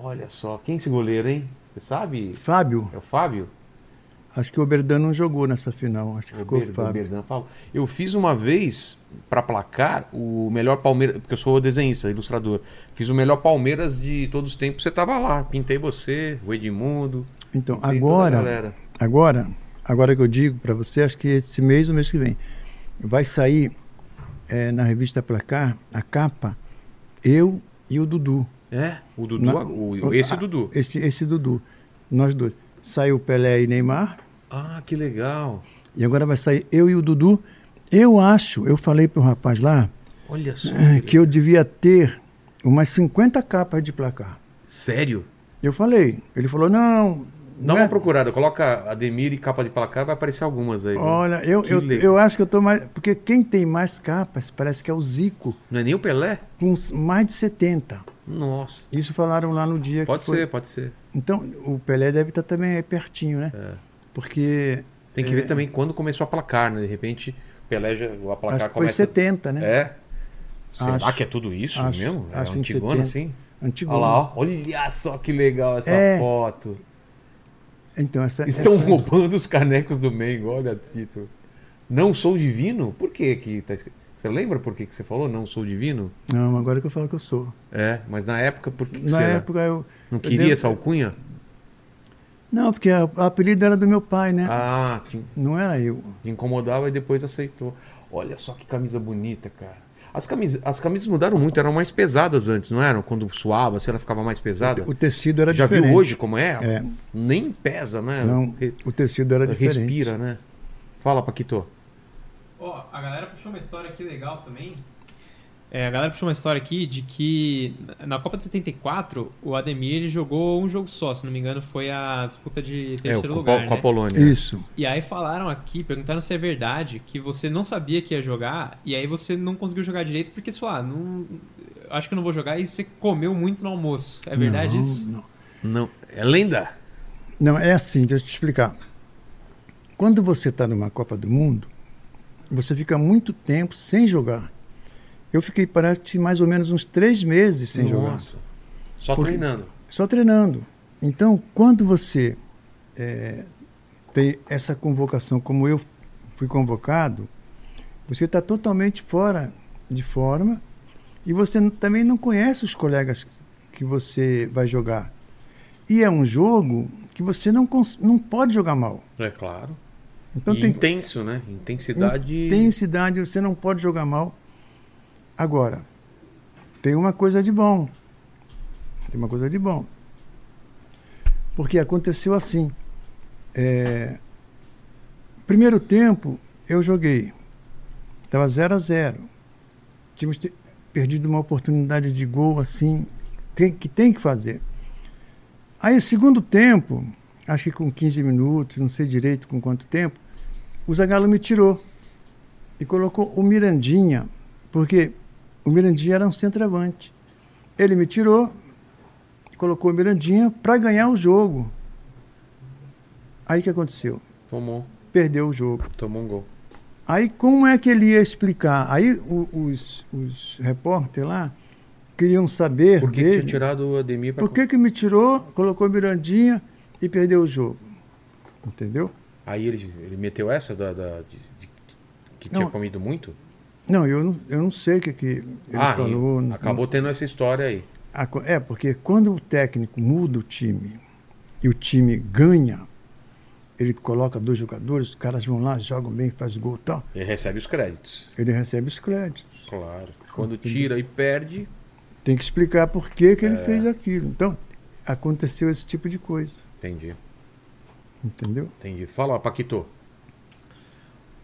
S1: Olha só, quem é esse goleiro, hein? Você sabe?
S3: Fábio,
S1: É o Fábio?
S3: acho que o Oberdan não jogou nessa final. Acho que ficou o
S1: Ber-
S3: Fábio.
S1: Berdan falou. Eu fiz uma vez pra placar o melhor Palmeiras, porque eu sou desenhista, ilustrador. Fiz o melhor Palmeiras de todos os tempos. Você tava lá, pintei você, o Edmundo.
S3: Então,
S1: pintei toda a
S3: agora,
S1: galera.
S3: agora, agora que eu digo para você, acho que esse mês ou mês que vem, vai sair eh, na revista Placar, a capa, eu e o Dudu.
S1: É, o Dudu,
S3: Na-
S1: o, esse
S3: ah,
S1: Dudu.
S3: Esse, esse Dudu. Nós dois. Saiu Pelé e Neymar.
S1: Ah, que legal.
S3: E agora vai sair eu e o Dudu. Eu acho, eu falei pro rapaz lá,
S1: Olha só.
S3: É, que eu devia ter umas 50 capas de placar.
S1: Sério?
S3: Eu falei. Ele falou, não.
S1: Dá
S3: não
S1: uma
S3: é-
S1: procurada, coloca Ademir e capa de placar, vai aparecer algumas aí.
S3: Olha, eu,
S1: né? Que
S3: eu,
S1: legal.
S3: eu acho que eu tô mais. Porque quem tem mais capas parece que é o Zico,
S1: Não é nem o Pelé?
S3: com s- mais de 70.
S1: Nossa.
S3: Isso falaram lá no dia
S1: Pode
S3: é que foi.
S1: ser, pode ser.
S3: Então, o Pelé deve estar também aí pertinho, né?
S1: É.
S3: Porque
S1: Tem que
S3: É.
S1: ver também quando começou a placar, né? De repente, o Pelé já, a placar
S3: acho que foi
S1: começa...
S3: 70, né?
S1: É. Será
S3: Acho.
S1: que é tudo isso
S3: Acho.
S1: mesmo? É
S3: Acho que
S1: antigona,
S3: em 70.
S1: assim?
S3: Antigo.
S1: Olha lá, ó. olha só que legal essa
S3: É.
S1: foto.
S3: Então, essa,
S1: Estão
S3: essa-
S1: roubando os canecos do Mengo, olha o título. Não sou divino? Por que que tá escrito? Você lembra por que que você falou não sou divino?
S3: Não, agora que eu falo que eu sou.
S1: É, mas na época por que, que
S3: Na
S1: será?
S3: época eu.
S1: Não
S3: eu
S1: queria
S3: devo-
S1: essa alcunha?
S3: Não, porque a- o apelido era do meu pai, né?
S1: Ah, te,
S3: Não era eu.
S1: te incomodava e depois aceitou. Olha só que camisa bonita, cara. As camisas, as camisas mudaram muito, eram mais pesadas antes, não eram? Quando suava, se ela ficava mais pesada.
S3: O tecido era
S1: Já
S3: diferente.
S1: viu hoje como é?
S3: É.
S1: Nem pesa, né?
S3: Não,
S1: Re-
S3: o tecido era diferente.
S1: respira, né? Fala, Paquito.
S2: Ó, a galera puxou uma história aqui legal também. É, a galera puxou uma história aqui de que na Copa de 74, o Ademir ele jogou um jogo só, se não me engano, foi a disputa
S1: É,
S2: de terceiro
S1: com, a
S2: lugar.
S1: Pol- com a
S2: né?
S1: Polônia.
S3: Isso.
S2: E aí falaram aqui, perguntaram se é verdade, que você não sabia que ia jogar, e aí você não conseguiu jogar direito porque você falou, ah, não, acho que eu não vou jogar, e você comeu muito no almoço. É verdade
S3: Não,
S2: isso?
S3: Não.
S1: Não, é lenda.
S3: Não, é assim, deixa eu te explicar. Quando você está numa Copa do Mundo, você fica muito tempo sem jogar. Eu fiquei, parece, mais ou menos uns três meses sem jogar.
S1: Nossa. Só
S3: Por-
S1: treinando.
S3: Só treinando. Então, quando você eh, tem essa convocação, como eu fui convocado, você está totalmente fora de forma e você n- também não conhece os colegas que você vai jogar. E é um jogo que você não, cons- não pode jogar mal.
S1: É claro.
S3: Então
S1: E
S3: tem
S1: intenso, né? Intensidade.
S3: intensidade, você não pode jogar mal. Agora, tem uma coisa de bom. Tem uma coisa de bom. Porque aconteceu assim. É, Primeiro tempo, eu joguei. Estava 0 a 0 Tínhamos te- perdido uma oportunidade de gol assim, tem- que tem que fazer. Aí, segundo tempo, acho que com 15 minutos, não sei direito com quanto tempo, o Zagallo me tirou e colocou o Mirandinha, porque o Mirandinha era um centroavante. Ele me tirou, colocou o Mirandinha para ganhar o jogo. Aí o que aconteceu?
S1: Tomou,
S3: Perdeu o jogo.
S1: tomou um gol.
S3: Aí como é que ele ia explicar? Aí o- os, os repórter lá queriam saber
S1: Por que que
S3: dele.
S1: tinha tirado o Ademir pra...
S3: Por que, que me tirou, colocou o Mirandinha e perdeu o jogo? Entendeu?
S1: Aí ele, ele meteu essa da, da- de- de- que
S3: Não.
S1: tinha comido muito?
S3: Não, eu não, eu não sei o que, que ele
S1: ah,
S3: falou.
S1: e
S3: não-
S1: acabou tendo essa história aí.
S3: A co- É, porque quando o técnico muda o time e o time ganha, ele coloca dois jogadores, os caras vão lá, jogam bem, fazem gol e tal,
S1: Ele recebe os créditos.
S3: ele recebe os créditos.
S1: Claro. Quando tira e perde,
S3: Tem que explicar por que, que ele fez aquilo. Então, aconteceu esse tipo de coisa,
S1: entendi,
S3: entendeu?
S1: entendi. Fala, Paquito.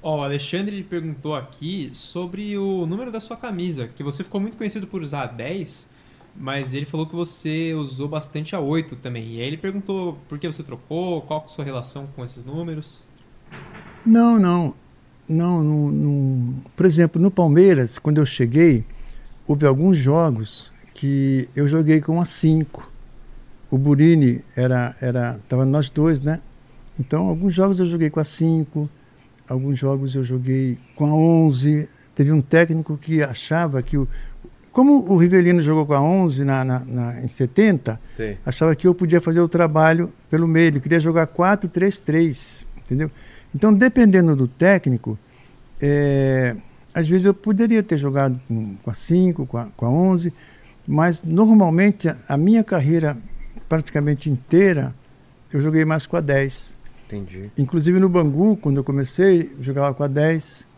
S2: Ó, o Alexandre ele perguntou aqui sobre o número da sua camisa, que você ficou muito conhecido por usar a 10, mas ele falou que você usou bastante a 8 também. E aí ele perguntou por que você trocou, qual que é a sua relação com esses números.
S3: Não, não. Não, não, não. Por exemplo, no Palmeiras, quando eu cheguei, houve alguns jogos que eu joguei com a 5. O Burini era era tava nós dois, né? Então, alguns jogos eu joguei com a 5, alguns jogos eu joguei com a 11. Teve um técnico que achava que o como o Rivelino jogou com a 11 na, na, na- em 70,
S1: Sei.
S3: achava que eu podia fazer o trabalho pelo meio, ele queria jogar 4-3-3, entendeu? Então, dependendo do técnico, eh, às vezes eu poderia ter jogado com, com a 5, com a, com a 11, mas normalmente a, a minha carreira praticamente inteira eu joguei mais com a 10.
S1: Entendi.
S3: Inclusive no Bangu, quando eu comecei, eu jogava com a 10.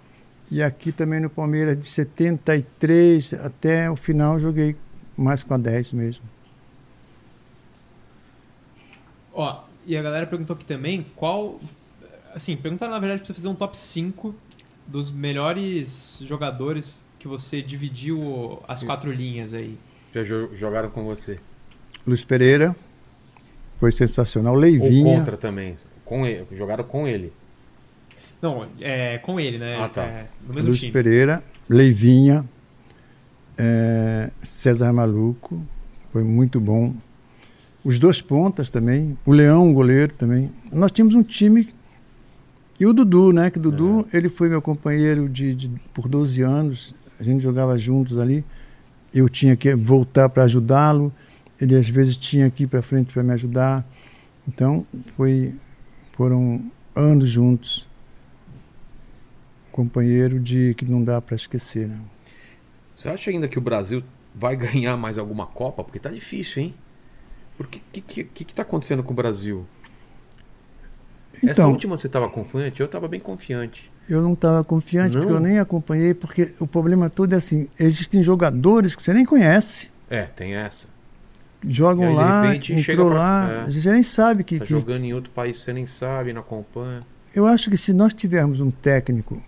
S3: E aqui também no Palmeiras, de 73 até o final, eu joguei mais com a 10 mesmo.
S2: Ó, e a galera perguntou aqui também qual. Assim, perguntaram na verdade pra você fazer um top 5 dos melhores jogadores que você dividiu as quatro linhas aí.
S1: Já jo- jogaram com você.
S3: Luiz Pereira foi sensacional.
S1: Ou
S3: Leivinha.
S1: contra também. Com ele, jogaram com ele.
S2: Não, é, com ele, né?
S1: Ah, tá.
S2: É, no mesmo
S3: Luiz
S2: time.
S3: Pereira, Leivinha, eh, César Maluco, foi muito bom. Os dois pontas também, o Leão, o goleiro também. Nós tínhamos um time e o Dudu, né? Que o Dudu,
S2: É.
S3: ele foi meu companheiro de, de- por 12 anos. A gente jogava juntos ali. Eu tinha que voltar para ajudá-lo. Ele às vezes tinha aqui para frente para me ajudar. Então, foi foram anos juntos companheiro de que não dá para esquecer. Né?
S1: Você acha ainda que o Brasil vai (laughs) ganhar mais alguma Copa? Porque tá difícil, hein? Porque o que, que, que que tá acontecendo com o Brasil? Essa
S3: Então,
S1: última você estava confiante? Eu estava bem confiante.
S3: eu não estava confiante,
S1: Não?
S3: porque eu nem acompanhei, porque o problema todo é assim, existem jogadores que você nem conhece,
S1: É, tem essa. E
S3: jogam
S1: aí, de
S3: lá,
S1: repente, chega
S3: entrou
S1: pra-
S3: lá,
S1: é.
S3: você nem sabe que,
S1: Tá
S3: que,
S1: jogando em outro país, você nem sabe, não acompanha. Tá
S3: Eu acho que se nós tivermos um técnico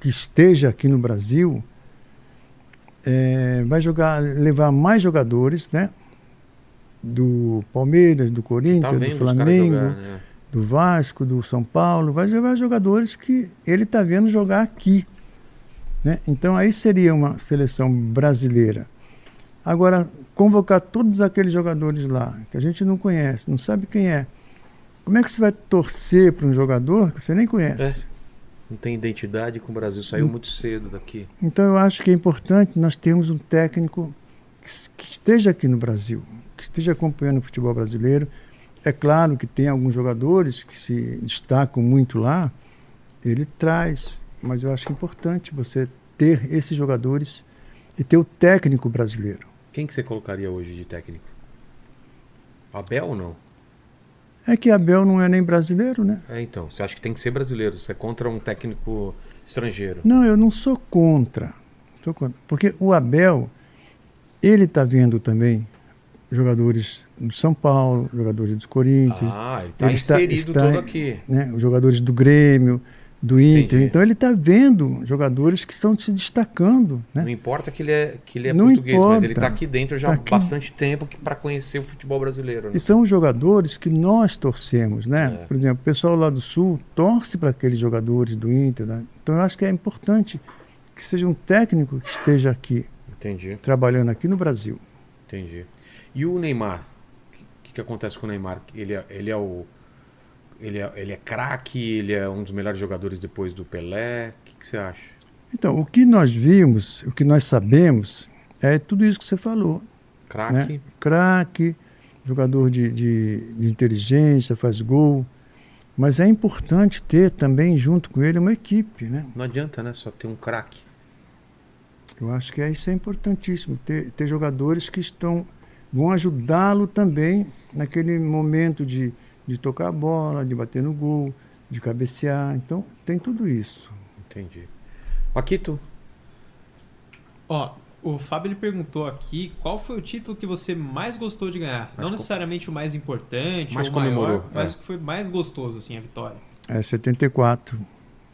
S3: que esteja aqui no Brasil, eh, vai jogar, levar mais jogadores, né? Do Palmeiras, do
S1: Tá
S3: Corinthians,
S1: vendo
S3: do
S1: os caras
S3: Flamengo,
S1: jogar, né?
S3: do Vasco, do São Paulo, vai levar jogadores que ele está vendo jogar aqui. Né? Então aí seria uma seleção brasileira. Agora, convocar todos aqueles jogadores lá, que a gente não conhece, não sabe quem é. Como é que você vai torcer para um jogador que você nem conhece?
S1: Não tem identidade com o Brasil, saiu
S3: Hum.
S1: muito cedo daqui.
S3: Então eu acho que é importante nós termos um técnico que, s- que esteja aqui no Brasil, que esteja acompanhando o futebol brasileiro. É claro que tem alguns jogadores que se destacam muito lá, ele traz, mas eu acho que é importante você ter esses jogadores e ter o técnico brasileiro.
S1: Quem que você colocaria hoje de técnico? Abel ou não?
S3: É que Abel não é nem brasileiro, né?
S1: É, então. Você acha que tem que ser brasileiro? Você é contra um técnico estrangeiro?
S3: Não, eu não sou contra. Sou contra. Porque o Abel, ele está vendo também jogadores do São Paulo, jogadores do Corinthians,
S1: Ah, ele tá
S3: Ele está-
S1: inserido
S3: está-
S1: todo aqui.
S3: né, os jogadores do Grêmio, do Inter.
S1: Entendi.
S3: Então ele está vendo jogadores que estão se destacando. Né?
S1: Não importa que ele é, que ele é
S3: Não
S1: português, mas ele
S3: importa.
S1: tá aqui dentro já
S3: Tá
S1: há
S3: aqui.
S1: bastante tempo para conhecer o futebol brasileiro. né?
S3: E são jogadores que nós torcemos, né?
S1: É.
S3: Por exemplo, o pessoal lá do Sul torce para aqueles jogadores do Inter. né? Então eu acho que é importante que seja um técnico que esteja aqui,
S1: Entendi,
S3: trabalhando aqui no Brasil.
S1: entendi. E o Neymar? O que, que acontece com o Neymar? Ele é, ele é o. Ele é, ele é craque, ele é um dos melhores jogadores depois do Pelé. O que, que você acha?
S3: Então, o que nós vimos, o que nós sabemos, é tudo isso que você falou.
S1: Craque?
S3: né? Craque, jogador de, de- de inteligência, faz gol. Mas é importante ter também, junto com ele, uma equipe, né?
S1: Não adianta, né? Só ter um craque.
S3: Eu acho que é, isso é importantíssimo, ter, ter jogadores que estão vão ajudá-lo também naquele momento de, de tocar a bola, de bater no gol, de cabecear. Então, tem tudo isso.
S1: Entendi. Paquito,
S2: Ó, o Fábio ele perguntou aqui qual foi o título que você mais gostou de ganhar.
S1: com-
S2: Não necessariamente o mais importante,
S1: Mais
S2: ou o maior,
S1: comemorou,
S2: mas
S1: é.
S2: o que foi mais gostoso, assim, a vitória.
S3: É 74,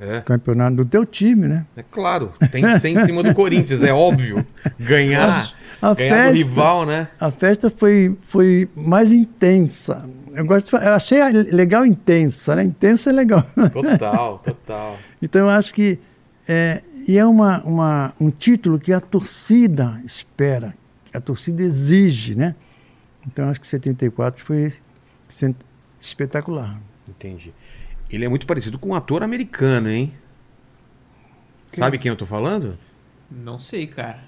S1: é,
S3: campeonato do teu time, né?
S1: é claro, tem que ser em cima do Corinthians, é óbvio. Ganhar, ganhar
S3: A
S1: do
S3: festa.
S1: rival, né?
S3: A festa foi, foi mais intensa. Eu, gosto de fa- eu achei a- legal intensa, né? Intensa é legal. (laughs)
S1: Total, total.
S3: Então eu acho que é, e é uma, uma- um título que a torcida espera, que a torcida exige, né? Então eu acho que 74 foi sen- espetacular.
S1: Entendi. Ele é muito parecido com um ator americano, hein? Sabe quem eu tô falando?
S2: Não sei, cara.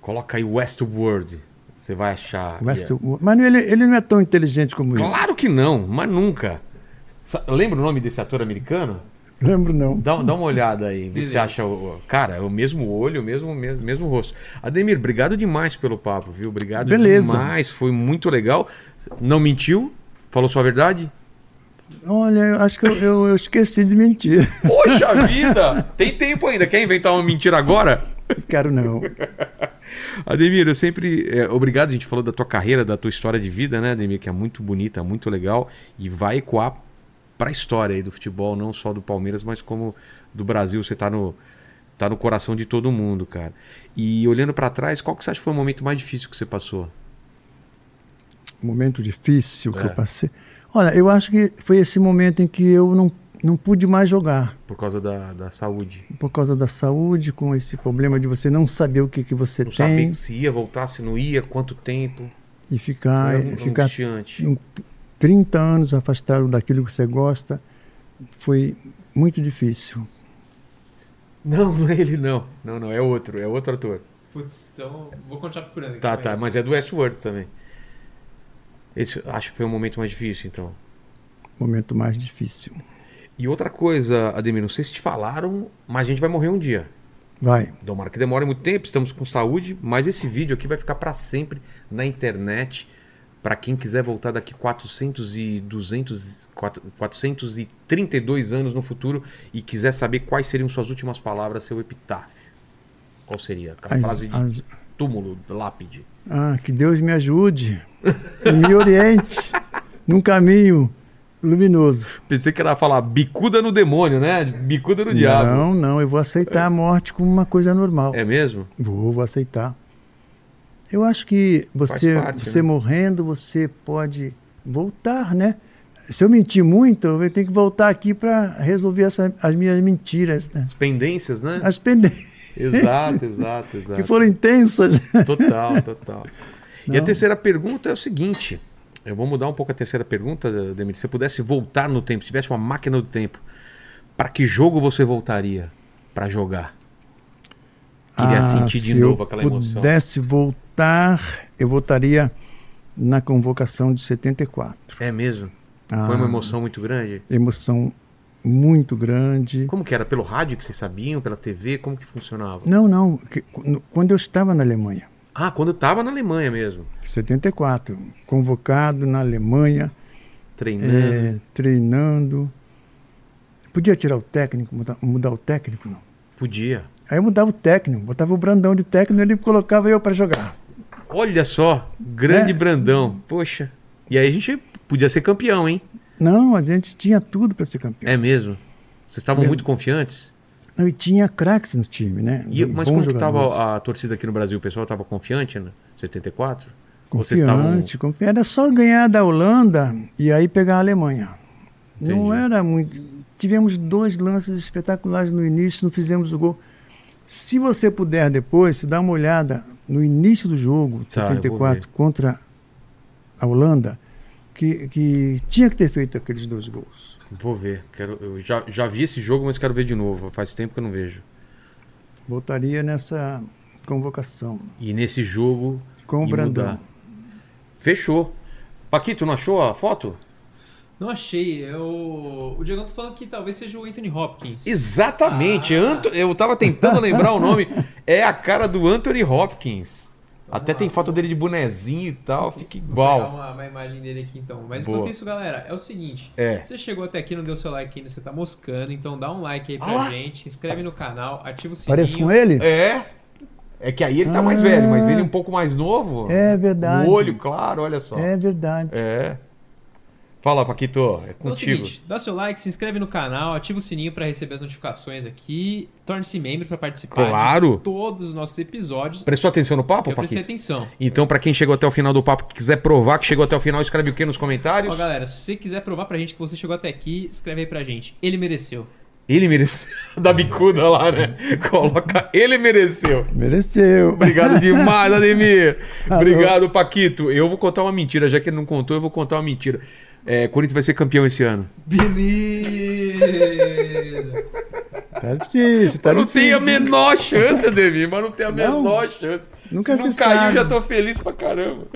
S1: Coloca aí Westworld. Você vai achar. é.
S3: West- Mas não- ele, ele não é tão inteligente como eu.
S1: Claro que não, mas nunca. Sa- Lembra o nome desse ator americano?
S3: Lembro não.
S1: Dá, dá uma olhada aí. vê se Você
S2: Beleza.
S1: acha o. o- Cara, o mesmo olho, o mesmo, mesmo, mesmo rosto. Ademir, obrigado demais pelo papo, viu? Obrigado
S3: Beleza.
S1: demais. Foi muito legal. Não mentiu? Falou sua verdade?
S3: Olha, eu acho que eu, eu- eu esqueci de mentir. (laughs)
S1: Poxa (laughs) vida! Tem tempo ainda. Quer inventar uma mentira agora?
S3: Quero não.
S1: Ademir, eu sempre. é, obrigado, a gente falou da tua carreira, da tua história de vida, né, Ademir, que é muito bonita, muito legal e vai ecoar pra história aí do futebol, não só do Palmeiras, mas como do Brasil. Você tá no, tá no coração de todo mundo, cara. E olhando pra trás, qual que você acha que foi o momento mais difícil que você passou?
S3: momento difícil que
S1: É.
S3: eu passei. Olha, eu acho que foi esse momento em que eu não, não pude mais jogar
S1: Por causa da, da saúde?
S3: por causa da saúde, com esse problema de você não saber o que, que você
S1: Não
S3: tem
S1: saber se ia voltar, se não ia, quanto tempo.
S3: e ficar,
S1: Foi um
S3: ficar
S1: angustiante.
S3: um- 30 anos afastado daquilo que você gosta. Foi muito difícil.
S1: Não, (laughs) não é ele, não. Não, não, é outro, é outro ator.
S2: Putz, então vou continuar procurando. aqui,
S1: Tá,
S2: calma
S1: tá,
S2: aí.
S1: mas é do Westworld também. Esse acho que foi o momento mais difícil, então.
S3: Momento mais difícil.
S1: E outra coisa, Ademir, não sei se te falaram, mas a gente vai morrer um dia.
S3: Vai.
S1: Tomara que demore muito tempo, estamos com saúde, mas esse vídeo aqui vai ficar pra sempre na internet Para quem quiser voltar daqui 400 e 200, 4, 432 anos no futuro e quiser saber quais seriam suas últimas palavras, seu epitáfio. Qual seria? A
S3: As-
S1: frase de
S3: as-
S1: túmulo, lápide.
S3: Ah, que Deus me ajude e me
S1: (laughs)
S3: oriente num caminho luminoso.
S1: Pensei que era falar bicuda no demônio, né? Bicuda no diabo.
S3: Não, não, eu vou aceitar a morte como uma coisa normal.
S1: É mesmo?
S3: Vou, vou aceitar. Eu acho que você,
S1: Faz parte,
S3: você
S1: né?
S3: morrendo, você pode voltar, né? Se eu mentir muito, eu tenho que voltar aqui para resolver essa- as minhas mentiras, né?
S1: As pendências,
S3: (laughs)
S1: né?
S3: As pendências
S1: Exato, exato, exato.
S3: que foram intensas.
S1: Total, total. E a
S3: Não.
S1: terceira pergunta é o seguinte: eu vou mudar um pouco a terceira pergunta, Demir. Se você pudesse voltar no tempo, se tivesse uma máquina do tempo, para que jogo você voltaria para jogar? Queria sentir de
S3: Ah, se
S1: novo aquela
S3: Se
S1: emoção.
S3: eu pudesse voltar, eu voltaria na convocação de 74.
S1: É mesmo?
S3: Ah.
S1: Foi uma emoção muito grande?
S3: Emoção muito grande.
S1: Como que era? Pelo rádio que vocês sabiam? Pela TV? Como que funcionava?
S3: Não, não, que- quando eu estava na Alemanha.
S1: Ah, quando eu tava na Alemanha mesmo.
S3: 74, convocado na Alemanha,
S1: Treinando.
S3: é, treinando. Podia tirar o técnico, muda- mudar, o técnico, não.
S1: Podia.
S3: Aí eu mudava o técnico, botava o Brandão de técnico, ele colocava eu para jogar.
S1: Olha só, grande
S3: Né?
S1: Brandão. Poxa. E aí a gente podia ser campeão, hein?
S3: Não, a gente tinha tudo para ser campeão.
S1: É mesmo. Vocês estavam
S3: Mesmo.
S1: muito confiantes?
S3: Não, E tinha craques no time, né?
S1: E, mas como que
S3: jogadores.
S1: estava a torcida aqui no Brasil? O pessoal estava confiante, né? 74? Ou vocês estavam-
S3: Confiante, confiante. Era só ganhar da Holanda e aí pegar a Alemanha. Não
S1: Entendi.
S3: era muito. Tivemos dois lances espetaculares no início, não fizemos o gol. Se você puder depois, se dá uma olhada no início do jogo, de
S1: Tá, eu vou
S3: 74, contra a Holanda, que, que tinha que ter feito aqueles dois gols.
S1: Vou ver. Quero, eu já, já vi esse jogo, mas quero ver de novo. Faz tempo que eu não vejo.
S3: Voltaria nessa convocação
S1: E nesse jogo.
S3: com o
S1: ia
S3: Brandão.
S1: mudar. Fechou. Paquito, não achou a foto?
S2: Não achei. Eu... O Diego tá falando que talvez seja o Anthony Hopkins.
S1: Exatamente.
S2: Ah.
S1: Anto- Eu tava tentando lembrar o nome. É a cara do Anthony Hopkins. Até
S2: lá,
S1: tem foto dele de bonezinho e tal. Fica
S2: Vou pegar
S1: igual.
S2: uma, uma imagem dele aqui então. Mas
S1: Boa.
S2: enquanto isso, galera, é o seguinte.
S1: É.
S2: Você chegou até aqui, não deu seu like ainda, você tá moscando, então dá um like aí
S1: Ah
S2: pra
S1: lá.
S2: gente, se inscreve no canal, ativa o sininho.
S3: Parece com ele?
S1: É. É que aí ele tá mais
S3: Ah.
S1: velho, mas ele um pouco mais novo.
S3: É verdade.
S1: O olho claro, olha só.
S3: É verdade.
S1: É. Fala, Paquito, é
S2: Então é o
S1: contigo.
S2: seguinte, dá seu like, se inscreve no canal, ativa o sininho pra receber as notificações aqui, torne-se membro pra participar de
S1: claro.
S2: todos os nossos episódios.
S1: Prestou atenção no papo,
S2: Eu prestei
S1: Paquito?
S2: atenção.
S1: Então, pra quem chegou até o final do papo, que quiser provar que chegou até o final, escreve o que nos comentários?
S2: Ó, galera, se você quiser provar pra gente que você chegou até aqui, escreve aí pra gente. Ele mereceu.
S1: Ele mereceu. (laughs) da bicuda lá, né? Coloca, ele mereceu.
S3: Mereceu.
S1: Obrigado (laughs) demais, Ademir. Obrigado, Paquito. Eu vou contar uma mentira, já que ele não contou, eu vou contar uma mentira. É, Corinthians vai ser campeão esse ano.
S2: Beleza!
S3: Tá difícil, tá
S1: Mas não tem
S3: difícil.
S1: a menor chance, Ademir, mas não tem a
S3: Não.
S1: menor chance.
S3: Nunca
S1: se não
S3: se
S1: caiu,
S3: sabe.
S1: já tô feliz pra caramba.